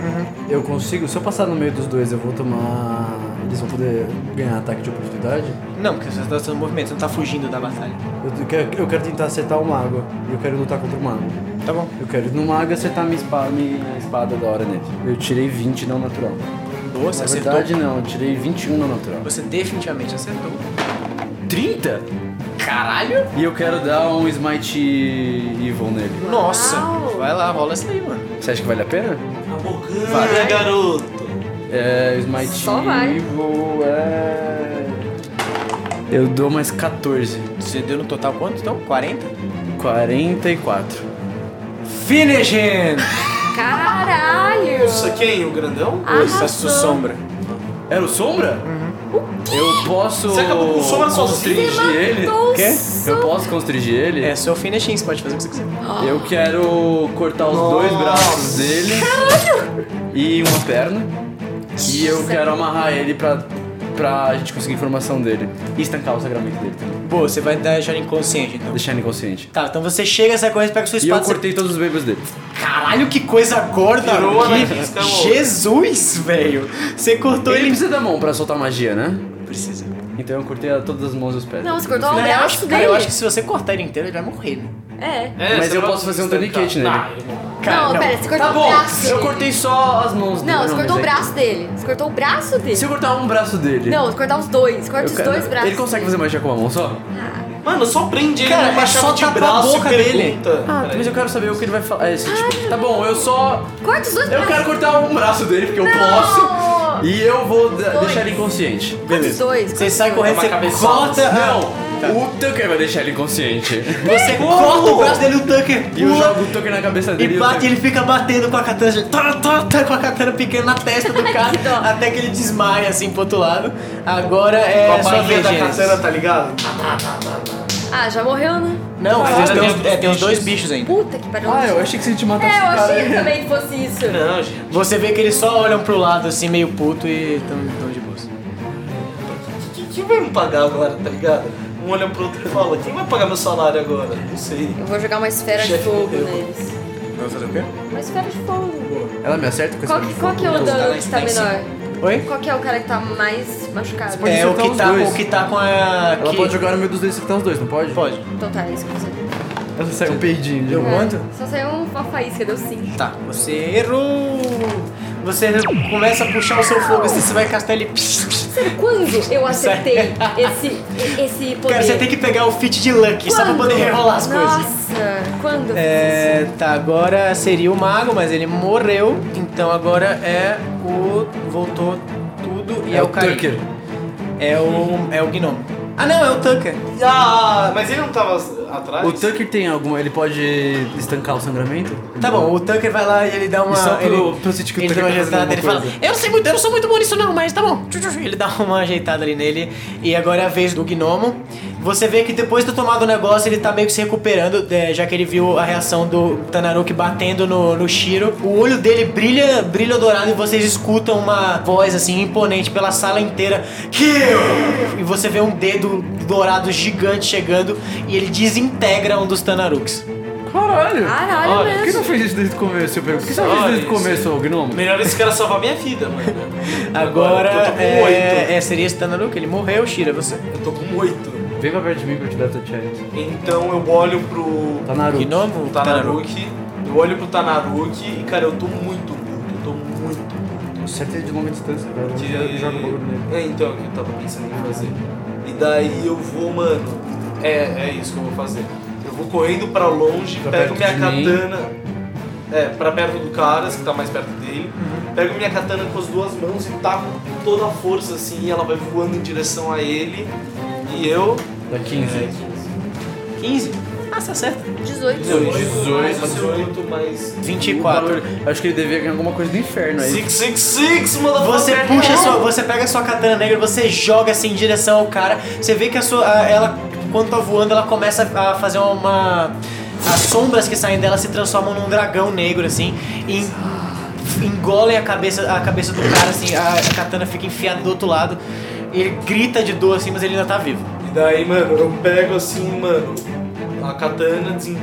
C: Eu consigo, se eu passar no meio dos dois, eu vou tomar. Eles vão poder ganhar ataque de oportunidade?
A: Não, porque você tá fazendo movimento, você não tá fugindo da batalha.
C: Eu quero, eu quero tentar acertar o mago. E eu quero lutar contra o mago.
A: Tá bom.
C: Eu quero ir no mago e acertar minha espada, minha espada da hora nele. Eu tirei 20 não natural.
A: Boa,
C: Na
A: você acertou.
C: verdade, não, eu tirei 21 não natural.
A: Você definitivamente acertou.
C: 30?
A: Caralho!
C: E eu quero dar um smite evil nele.
A: Nossa!
B: Uau.
A: Vai lá, rola isso aí, mano.
C: Você acha que vale a pena?
D: A
A: Vai.
D: bocana, garoto.
C: É, smite
B: Só vai.
C: evil é. Eu dou mais 14.
A: Você deu no total quanto, então? 40?
C: 44.
A: Finish him!
B: Caralho!
D: Isso quem? O um grandão?
A: Nossa, sua sombra.
C: Era o Sombra?
B: Uhum.
C: Eu posso.
D: Você acabou com o Sombra sozinho?
C: Constrigir ele?
B: Tô
A: Quê?
C: Eu posso constrigir ele?
A: É, seu finish him, você pode fazer o que você quiser.
C: Eu quero cortar os dois
D: Nossa.
C: braços dele e uma perna. E eu
B: é
C: quero amarrar ele pra, pra gente conseguir informação dele. E estancar o sangramento dele também.
A: Boa, você vai deixar ele inconsciente, então.
C: Deixar ele inconsciente.
A: Tá, então você chega, sai correndo, pega sua
C: E eu
A: espada. você-
C: cortei todos os membros dele.
A: Caralho, que coisa gorda!
D: Virou, né?
A: que-
D: Escamou.
A: Jesus, velho! Você cortou
C: Ele
A: ele.
C: precisa da mão pra soltar magia, né?
A: Precisa.
C: Então eu cortei a- todas as mãos e os pés.
B: Não, você cortou o
A: Na real,
B: braço
A: acho- cara,
B: dele.
A: eu acho que se você cortar ele inteiro, ele vai morrer, né?
B: É.
D: É,
C: Mas
D: você
C: eu
D: vai
C: posso fazer um
D: estancar.
C: tourniquet nele.
D: Tá, eu não-
A: Cara,
B: não,
A: não.
B: pera, você cortou
C: Tá
B: o
C: bom,
B: braço.
C: eu
B: dele.
C: cortei só as mãos dele.
B: Não, você cortou
C: mas
B: o
C: é-
B: braço dele. Você cortou o braço dele.
C: Se eu cortar um braço dele.
B: Não, você cortar os dois.
C: eu
B: Corta os
C: quero-
B: dois braços.
C: Ele consegue fazer
B: dele.
C: magia com a mão só?
D: Mano, só prende ele
A: Cara,
D: numa
A: é
D: chave
A: só
D: de
A: tapar a
D: braço
A: boca
D: e
A: dele.
D: pergunta.
C: Ah, mas eu quero saber o que ele vai falar. É, se, tipo, tá bom, eu só.
B: Corta os dois
C: Eu
B: braços.
C: quero cortar um braço dele, porque eu
B: Não!
C: posso.
B: só.
C: E eu vou da-
B: Dois.
C: deixar ele inconsciente.
B: Quantos dois?
A: Você sai correndo,
D: Uma
A: você
D: cabeçada.
A: corta. ah,
C: Não! O Tucker vai deixar ele inconsciente.
A: Você corta o braço dele, o Tucker
C: E eu jogo
A: pula.
C: o Tucker na cabeça
A: E
C: dele. o
A: bate,
C: Tucker-
A: ele fica batendo com a katana, já- tá, tá, tá, com a katana picando na testa do cara,
B: Que dó.
A: até que ele desmaia assim pro outro lado. Agora
D: Com
A: é
D: a
A: sua
D: barrinha
A: vez,
D: da
A: Gênesis.
D: katana, tá ligado?
B: Ah, já morreu, né?
A: Não,
D: Ah,
A: mas
D: tem
A: tem,
D: os
A: os,
D: dois
A: é, tem os dois
D: bichos.
A: bichos ainda.
B: Puta que pariu.
C: Ah, eu achei que você tinha
B: É,
C: matado
B: eu
C: esse cara.
B: achei também que fosse isso.
D: Não, gente.
A: Você vê que eles só olham pro lado assim, meio puto e tão, tão de boa.
D: Quem, quem vai me pagar agora, tá ligado? Um olha pro outro e fala, quem vai pagar meu salário agora? Não sei.
B: Eu vou jogar uma esfera de
D: Chefe
B: fogo
D: morreu.
B: neles.
A: Vai fazer o quê?
B: Uma esfera de fogo.
C: Ela me acerta com esse
B: Qual
C: cara de
B: que,
C: fogo.
B: qual que é o
A: Então,
D: Os
B: dano
D: caras
B: que tá
D: lá em cima.
B: menor?
A: Oi?
B: Qual que é o cara que tá mais machucado?
C: Pode
A: É, o
C: soltar
A: que,
C: os
A: tá,
C: dois.
A: o que tá com a.
C: Ela
A: que-
C: pode jogar no meio dos dois e acertar os dois, não pode?
A: Pode.
B: Então tá, é isso que eu consigo.
C: Ela sai um peidinho.
A: Deu
C: de-
A: quanto?
B: Só saiu um- uma faísca, deu 5.
A: Tá, você errou! Você começa a puxar o seu fogo assim, você vai castar ele.
B: Quando eu acertei esse, esse poder?
A: Cara, você tem que pegar o fit de Lucky só pra
B: Quando?
A: poder rerolar as coisas.
B: Nossa, quando? eu fiz
A: É, tá, agora seria o mago, mas ele morreu, então agora é o. Voltou tudo e é,
C: É
A: o
C: o
A: Karim.
C: Tucker.
A: É o. É o Gnome. Ah não, é o Tucker.
D: Ah, mas ele não tava atrás?
C: O Tucker tem alguma. Ele pode estancar o sangramento?
A: Tá bom, o Tucker vai lá e ele dá uma.
C: E só pro-
A: ele,
C: pro sítio que o
A: ele dá
C: Tucker
A: uma
C: tá fazendo
A: ajeitada, ele
C: alguma
A: fala: Eu não sei muito, eu não sou muito bom nisso não, mas tá bom. Ele dá uma ajeitada ali nele. E agora é a vez do gnomo. Você vê que depois de ter tomado o negócio, ele tá meio que se recuperando, é, já que ele viu a reação do Tanaruki batendo no, no Shiro. O olho dele brilha, brilha dourado e vocês escutam uma voz assim imponente pela sala inteira. Kill! E você vê um dedo dourado gigante chegando e ele desintegra um dos Tanaruks.
C: Caralho!
B: Caralho
C: Olha, Por que
B: mesmo.
C: não fez isso desde o começo, Pedro? Por que você não fez
D: Olha
C: desde o
D: isso.
C: começo, Gnome?
D: Melhor esse cara salvar minha vida, mano.
A: Agora,
D: eu tô com
A: é,
D: oito.
A: é, seria esse Tanaruka, ele morreu, Shira, você.
D: Eu tô com oito.
C: Vem pra perto de mim pra eu te dar tua chance.
D: Então eu olho pro
C: Tá na
A: Que novo?
D: pro Tanaruki. Eu olho pro Tanaruki e, cara, eu tô muito puto. Eu tô muito puto.
C: Certo é de longa distância, cara.
D: Que...
C: Eu jogo o bagulho nele.
D: É, então, é o que eu tava pensando em fazer. E daí eu vou, mano... É, é isso que eu vou fazer. Eu vou correndo pra longe,
C: Pra
D: pego minha
C: perto de mim.
D: katana... É, pra perto do cara, que tá mais perto dele.
C: Uhum.
D: Pego minha katana com as duas mãos e taco com toda a força, assim. E ela vai voando em direção a ele. E eu...
C: Dá 15.
A: 15? Ah, você acerta.
B: 18.
D: 18,
C: 18,
D: 18 mais...
C: O
A: 24.
C: barulho- Acho que ele devia ganhar alguma coisa do inferno aí.
D: 666, motherfucker!
A: Você puxa a sua, você pega a sua katana negra, você joga assim em direção ao cara. Você vê que a sua, a- ela, quando tá voando, ela começa a fazer uma, as sombras que saem dela se transformam num dragão negro assim e en- engolem a cabeça, a cabeça do cara assim. A, a katana fica enfiada do outro lado. E ele grita de dor assim, mas ele ainda tá vivo.
D: E daí, mano, eu pego assim, mano, a katana, desen...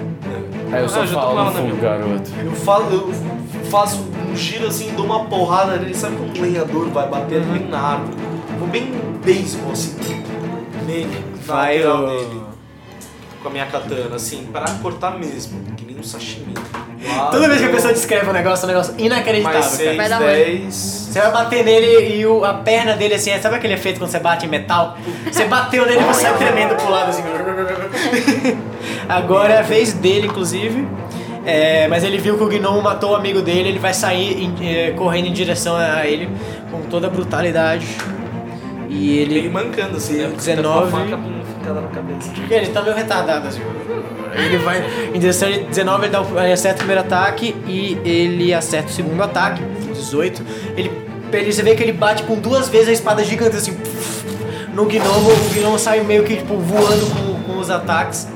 C: Aí eu só
D: Ah, já tô
C: falo
D: com ela
C: no
D: na
C: fundo,
D: minha
C: garoto.
D: Eu, fa- eu faço um giro assim, dou uma porrada nele, sabe como um lenhador vai bater bem na árvore? Vou bem beisebol assim, nele, na
A: Vai
D: lateral
A: o...
D: dele, com a minha katana, assim, pra cortar mesmo, que nem um sashimi.
A: Toda vez que a pessoa descreve um negócio, é um negócio inacreditável. cara.
D: mais 6,
B: Vai dar ruim.
D: 10...
A: Você vai bater nele e o- a perna dele assim, é- sabe aquele efeito quando você bate em metal? Você bateu nele e você saiu tremendo pro lado assim. Agora é a vez dele, inclusive. É, mas ele viu que o Gnomo matou o amigo dele, ele vai sair em- é, correndo em direção a ele com toda a brutalidade. E
D: Meio
A: ele.
D: mancando assim, né? Porque
A: 19.
D: Tá com a faca bem ficada na cabeça.
A: Ele tá meio retardado assim. Ele vai em direção a ele, 19, ele, dá o- ele acerta o primeiro ataque e ele acerta o segundo ataque, 18. Ele, ele você vê que ele bate com duas vezes a espada gigante assim no gnomo, o gnomo sai meio que tipo voando com, com os ataques.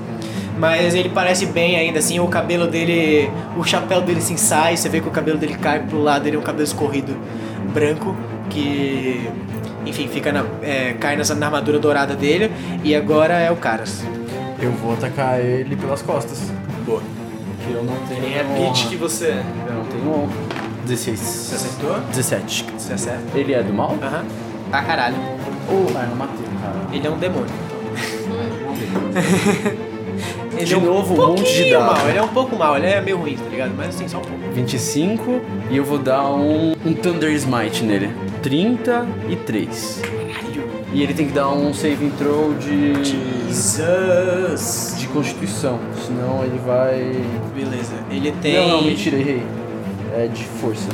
A: Mas ele parece bem ainda assim, o cabelo dele, o chapéu dele se sai, você vê que o cabelo dele cai pro lado, ele é um cabelo escorrido branco que enfim, fica na, é, cai nessa na armadura dourada dele e agora é o Caras.
C: Eu vou atacar ele pelas costas. Boa. Que eu não tenho.
D: Quem é Peach que você é?
C: Eu não tenho honra. 16. Você
A: acertou?
C: 17.
A: Você acerta?
C: Ele é do mal?
A: Aham. Pra caralho.
C: Oh, ah, eu matei, cara.
A: Ele é um demônio. Ele
C: De
A: é um
C: novo, um monte de
A: pouquinho
C: dado.
A: mal. Ele é um pouco mal, ele é meio ruim, tá ligado? Mas assim, só um pouco.
C: 25. E eu vou dar um, um Thunder Smite nele. 33. E ele tem que dar um saving throw de.
A: Jesus!
C: de constituição. Senão ele vai.
A: Beleza. Ele tem.
C: Não, não, mentira, errei. É de força.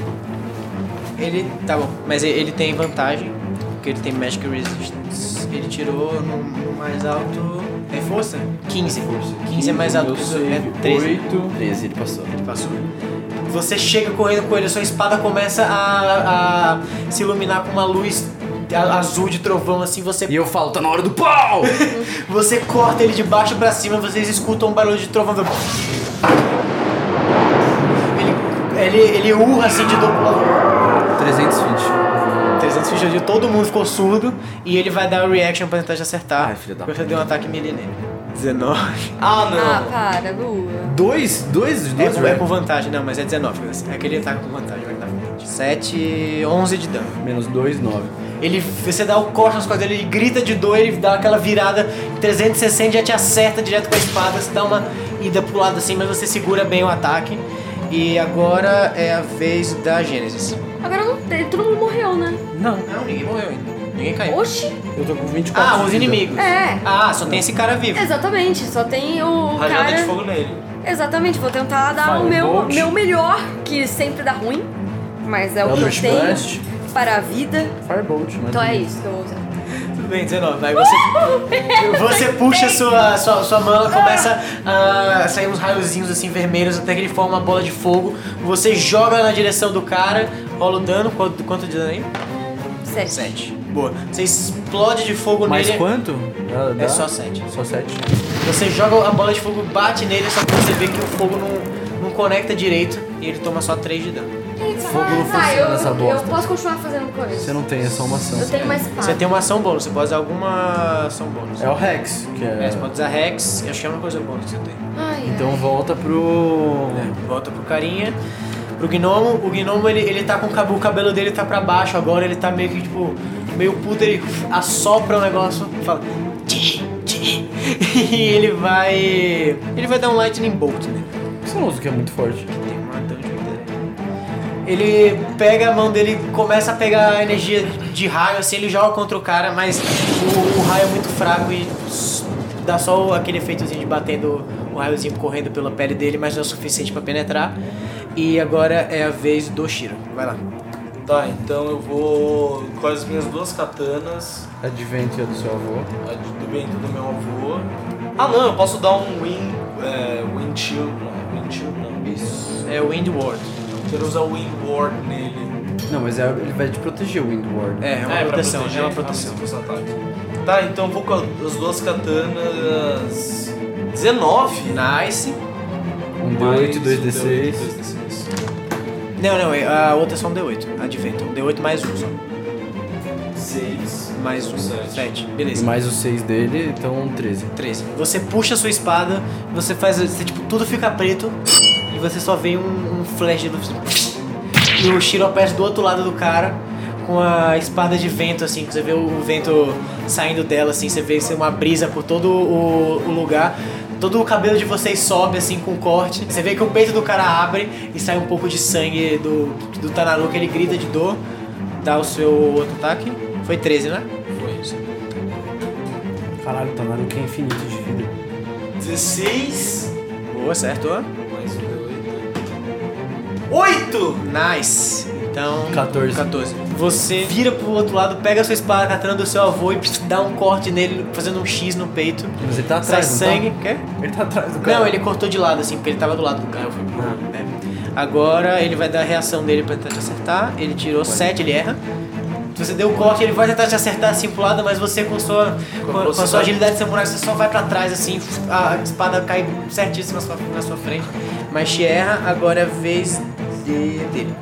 A: Ele. Tá bom, mas e- ele tem vantagem, porque ele tem Magic Resistance. Ele tirou no, no mais alto. É força? 15. 15 é mais alto que o seu, é 13.
C: 8, 13, ele passou.
A: Ele passou. Você chega correndo com ele, sua espada começa a, a se iluminar com uma luz a- azul de trovão, assim, você
C: E eu falo, tá na hora do pau!
A: Você corta ele de baixo pra cima, vocês escutam um barulho de trovão. Ele, ele, ele urra assim de duplo.
C: 300 feet.
A: 300 fichas de todo mundo ficou surdo e ele vai dar o reaction pra tentar te acertar.
C: Ai, filho da
A: Você deu um ataque melee nele. 19.
D: Ah,
B: Ah,
D: não.
B: para, Lua.
C: 2, 2,
A: É
C: 2
A: com, é com vantagem, não, mas é 19. assim. É aquele ataque com vantagem, vai dar frente. 7, 11 de dano.
C: Menos 2, 9.
A: Ele, você dá o corte nas costas dele, ele grita de dor, ele dá aquela virada 360 já te acerta direto com a espada, você dá uma ida pro lado assim, mas você segura bem o ataque. E agora é a vez da Gênesis.
B: Agora não tem, todo mundo morreu, né?
C: Não.
A: Não, ninguém morreu ainda. Ninguém caiu.
B: Oxi!
C: Eu tô com 24.
A: ah,
C: de
A: os
C: vida.
A: inimigos.
B: É.
A: Ah, só tem esse cara vivo.
B: Exatamente, só tem o
D: Rajada
B: cara.
D: de fogo nele.
B: Exatamente, vou tentar dar o meu,
C: Firebolt.
B: meu melhor, que sempre dá ruim, mas é o que eu
C: Eldritch
B: tenho
C: Blast.
B: para a vida.
C: Firebolt, né?
B: Então é isso que eu vou usar.
A: Tudo bem, 19. Aí você, você puxa sua, sua, sua mão, começa a sair uns raiozinhos assim vermelhos até que ele forma uma bola de fogo. Você joga na direção do cara, rola o dano. Quanto, quanto de dano aí?
B: Sete.
A: 7. Boa. Você explode de fogo
C: Mais
A: nele.
C: quanto? Ah, Dá-
A: É
C: dá?
A: só 7.
C: Só 7?
A: Você joga a bola de fogo, bate nele, só que você vê que o fogo não, não conecta direito e ele toma só 3 de dano.
C: Fogo não funciona
B: eu,
C: nessa
B: eu
C: bosta.
B: posso continuar fazendo coisas.
C: Você não tem, é só uma ação.
B: Eu tenho uma espada.
C: um-
A: Você tem uma ação bônus, você pode usar alguma ação bônus.
C: É o Rex, que é.
A: É, você pode usar Rex, eu acho que é uma coisa bônus que você tem.
B: Ai,
C: Então volta pro. É.
A: Volta pro carinha. Pro gnomo, o gnomo ele, ele tá com o cab- o cabelo dele tá pra baixo agora, ele tá meio que tipo, meio puto, ele assopra o negócio e fala. "Tch, tch", E ele vai. Ele vai dar um lightning bolt nele.
C: Por que você não usa o que é muito forte?
A: Tem um matão de vida. Ele pega a mão dele, começa a pegar a energia de raio, assim, ele joga contra o cara, mas o, o raio é muito fraco e s- dá só o- aquele efeitozinho de batendo o raiozinho correndo pela pele dele, mas não é o suficiente pra penetrar. E agora é a vez do Shiro. Vai lá.
D: Tá, então eu vou com as minhas duas katanas,
C: Adventure é do seu avô.
D: a de- do vento do meu avô. Ah não, eu posso dar um win, é, wind shield, não, wind shield não. Isso.
A: É o Windward.
D: Quero usar o wind ward nele.
C: Não, mas é, ele vai te proteger, o Windward.
A: É, é uma
D: pra
A: proteção,
D: proteger,
A: é uma proteção.
D: ah, sim, esse ataque. Tá, então eu vou com a- as duas katanas né? 19.
A: Nice.
C: Um D8, 2D6.
D: 2d6.
A: Não, não, é- a outra é só um D8. Advento. Um D8 mais um só.
D: 6.
A: Mais um.
D: Sete.
A: 7.
C: E
A: Beleza.
C: mais o 6 dele, então 13.
A: 13. Você puxa a sua espada, você faz. Você, tipo, tudo fica preto e você só vê um, um flash de luz. E o Shiro aparece do outro lado do cara com a espada de vento, assim, que você vê o vento saindo dela, assim, você vê assim, uma brisa por todo o, o lugar. Todo o cabelo de vocês sobe, assim, com um corte. Você vê que o peito do cara abre e sai um pouco de sangue do, do Tanaruka, ele grita de dor. Dá o seu outro ataque. Foi 13, né?
D: Foi isso.
C: Caralho, Tanaruka é infinito de vida.
D: 16.
A: Boa, certo.
D: Mais um D8. 8!
A: Nice. Então.
C: 14.
A: 14. Você vira pro outro lado, pega a sua espada katana do seu avô e pss, dá um corte nele, fazendo um X no peito.
C: Mas ele tá
A: Sai
C: atrás, não tá?
A: sangue. Quer?
C: Ele tá atrás do cara. Ah.
A: Não, ele cortou de lado, assim, porque ele tava do lado do cara. Eu fui pro- é. Agora ele vai dar a reação dele pra tentar te acertar. Ele tirou 7, ele erra. Se você deu o corte, ele vai tentar te acertar assim pro lado, mas você com sua, com, com a sua
D: velocidade.
A: agilidade de samurai, você só vai pra trás assim, a espada cai certíssima na sua, na sua frente. Mas te erra, agora é a vez de, dele.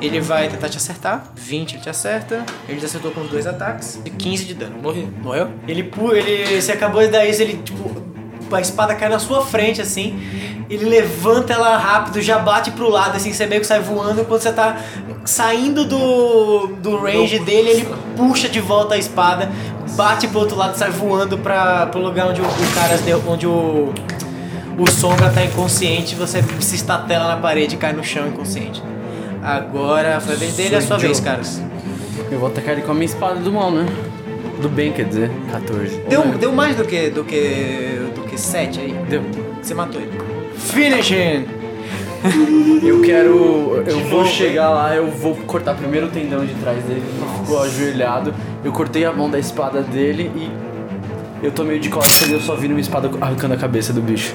A: Ele vai tentar te acertar. 20 ele te acerta. Ele te acertou com os dois ataques. E 15 de dano. Morri. Morreu? é? Ele, pu- ele você acabou de dar isso, ele tipo. A espada cai na sua frente, assim. Ele levanta ela rápido, já bate pro lado, assim, você meio que sai voando. Quando você tá saindo do, do range dele, ele puxa de volta a espada, bate pro outro lado, sai voando pra, pro lugar onde o, o cara deu. onde o. O sombra tá inconsciente, você se estatela na parede e cai no chão inconsciente. Agora foi a vez dele, é a sua
C: Sou
A: vez,
C: eu.
A: caras.
C: Eu vou atacar ele com a minha espada do mal, né? Do bem, quer dizer. 14.
A: Deu, um
C: Olha.
A: deu mais do que do que do que 7 aí.
C: Deu.
A: Você matou ele. Finish him!
C: Eu quero. Eu
D: De
C: vou
D: novo,
C: chegar lá, eu vou cortar primeiro o tendão de trás dele, ele ficou ajoelhado. Eu cortei a mão da espada dele e. Eu tô meio de costas e eu só vi uma espada arrancando a cabeça do bicho.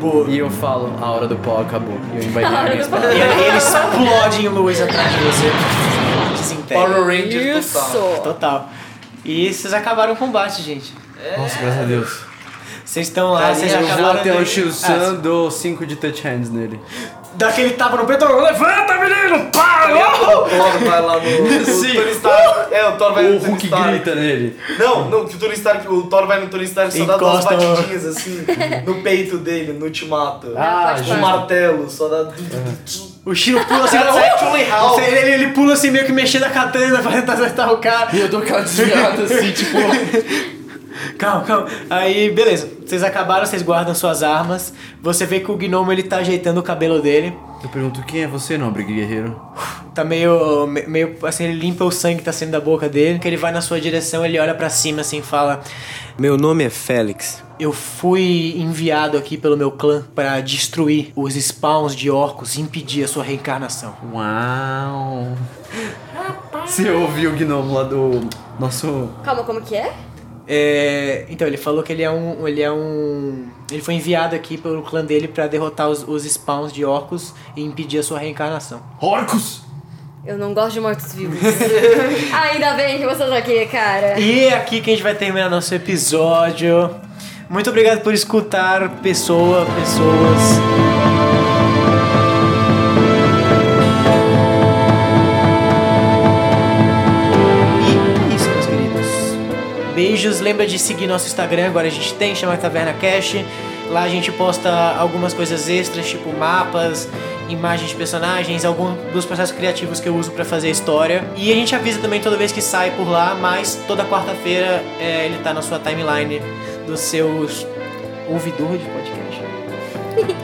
A: Boa.
C: E eu falo, a hora do pau acabou. E eu invadi a
B: hora
C: minha
B: do
C: espada.
A: E aí ele explode em luz atrás de você. Desintegra.
D: Power Rangers total.
B: Isso!
A: Total. E vocês acabaram o combate, gente.
C: Nossa, graças a Deus.
A: Vocês estão lá, vocês
C: É. eu vou
A: acabaram.
C: até
A: de-
C: o Shio-san,
A: Ah,
C: dou 5 de touch hands nele.
A: dá aquele tapa no peito, levanta, menino! Pá!
D: O Thor vai lá no. o
C: Sim.
D: Tony Stark. É, o Thor vai
C: O
D: no Tony
C: Hulk
D: Stark.
C: grita nele.
D: Não, não, que o Tony Stark. O Thor vai no Tony Stark e só dá duas
A: Encosta o-
D: batidinhas assim no peito dele, no ultimato.
C: Ah,
B: pode
D: Com
B: parar.
D: um martelo, só dá.
A: O Shiro pula assim,
D: Cara,
A: sai-
D: o Tony Hawk.
A: ele, ele, ele pula assim, meio que mexendo a katana pra tentar acertar o cara.
C: E eu dou aquela desviada assim, tipo.
A: Calma, calma. Aí, beleza. Vocês acabaram, vocês guardam suas armas. Você vê que o gnomo ele tá ajeitando o cabelo dele.
C: Eu pergunto, quem é você, nobre guerreiro?
A: Tá meio, me- meio assim, ele limpa o sangue que tá saindo da boca dele. Que ele vai na sua direção, ele olha pra cima assim e fala:
F: Meu nome é Félix.
A: Eu fui enviado aqui pelo meu clã pra destruir os spawns de orcos e impedir a sua reencarnação.
C: Uau! Você ouviu o gnomo lá do nosso.
B: Calma, como que é?
A: É, então ele falou que ele é um, ele é um, ele foi enviado aqui pelo clã dele pra derrotar os, os spawns de orcos e impedir a sua reencarnação.
C: Orcos!
B: Eu não gosto de mortos-vivos. Ainda bem que você tá aqui, cara.
A: E é aqui que a gente vai terminar nosso episódio. Muito obrigado por escutar, pessoa, pessoas. E é isso, meus queridos. Beijos, lembra de seguir nosso Instagram, agora a gente tem, chama Taverna Cash. Lá a gente posta algumas coisas extras, tipo mapas, imagens de personagens, alguns dos processos criativos que eu uso pra fazer a história. E a gente avisa também toda vez que sai por lá, mas toda quarta-feira é, ele tá na sua timeline dos seus ouvidor de podcast.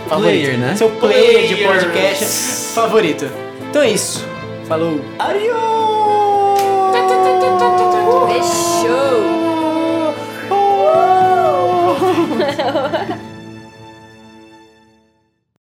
A: Favorito.
C: Player, né?
A: Seu player de
D: Players.
A: podcast favorito. Então é isso. Falou.
B: Fechou!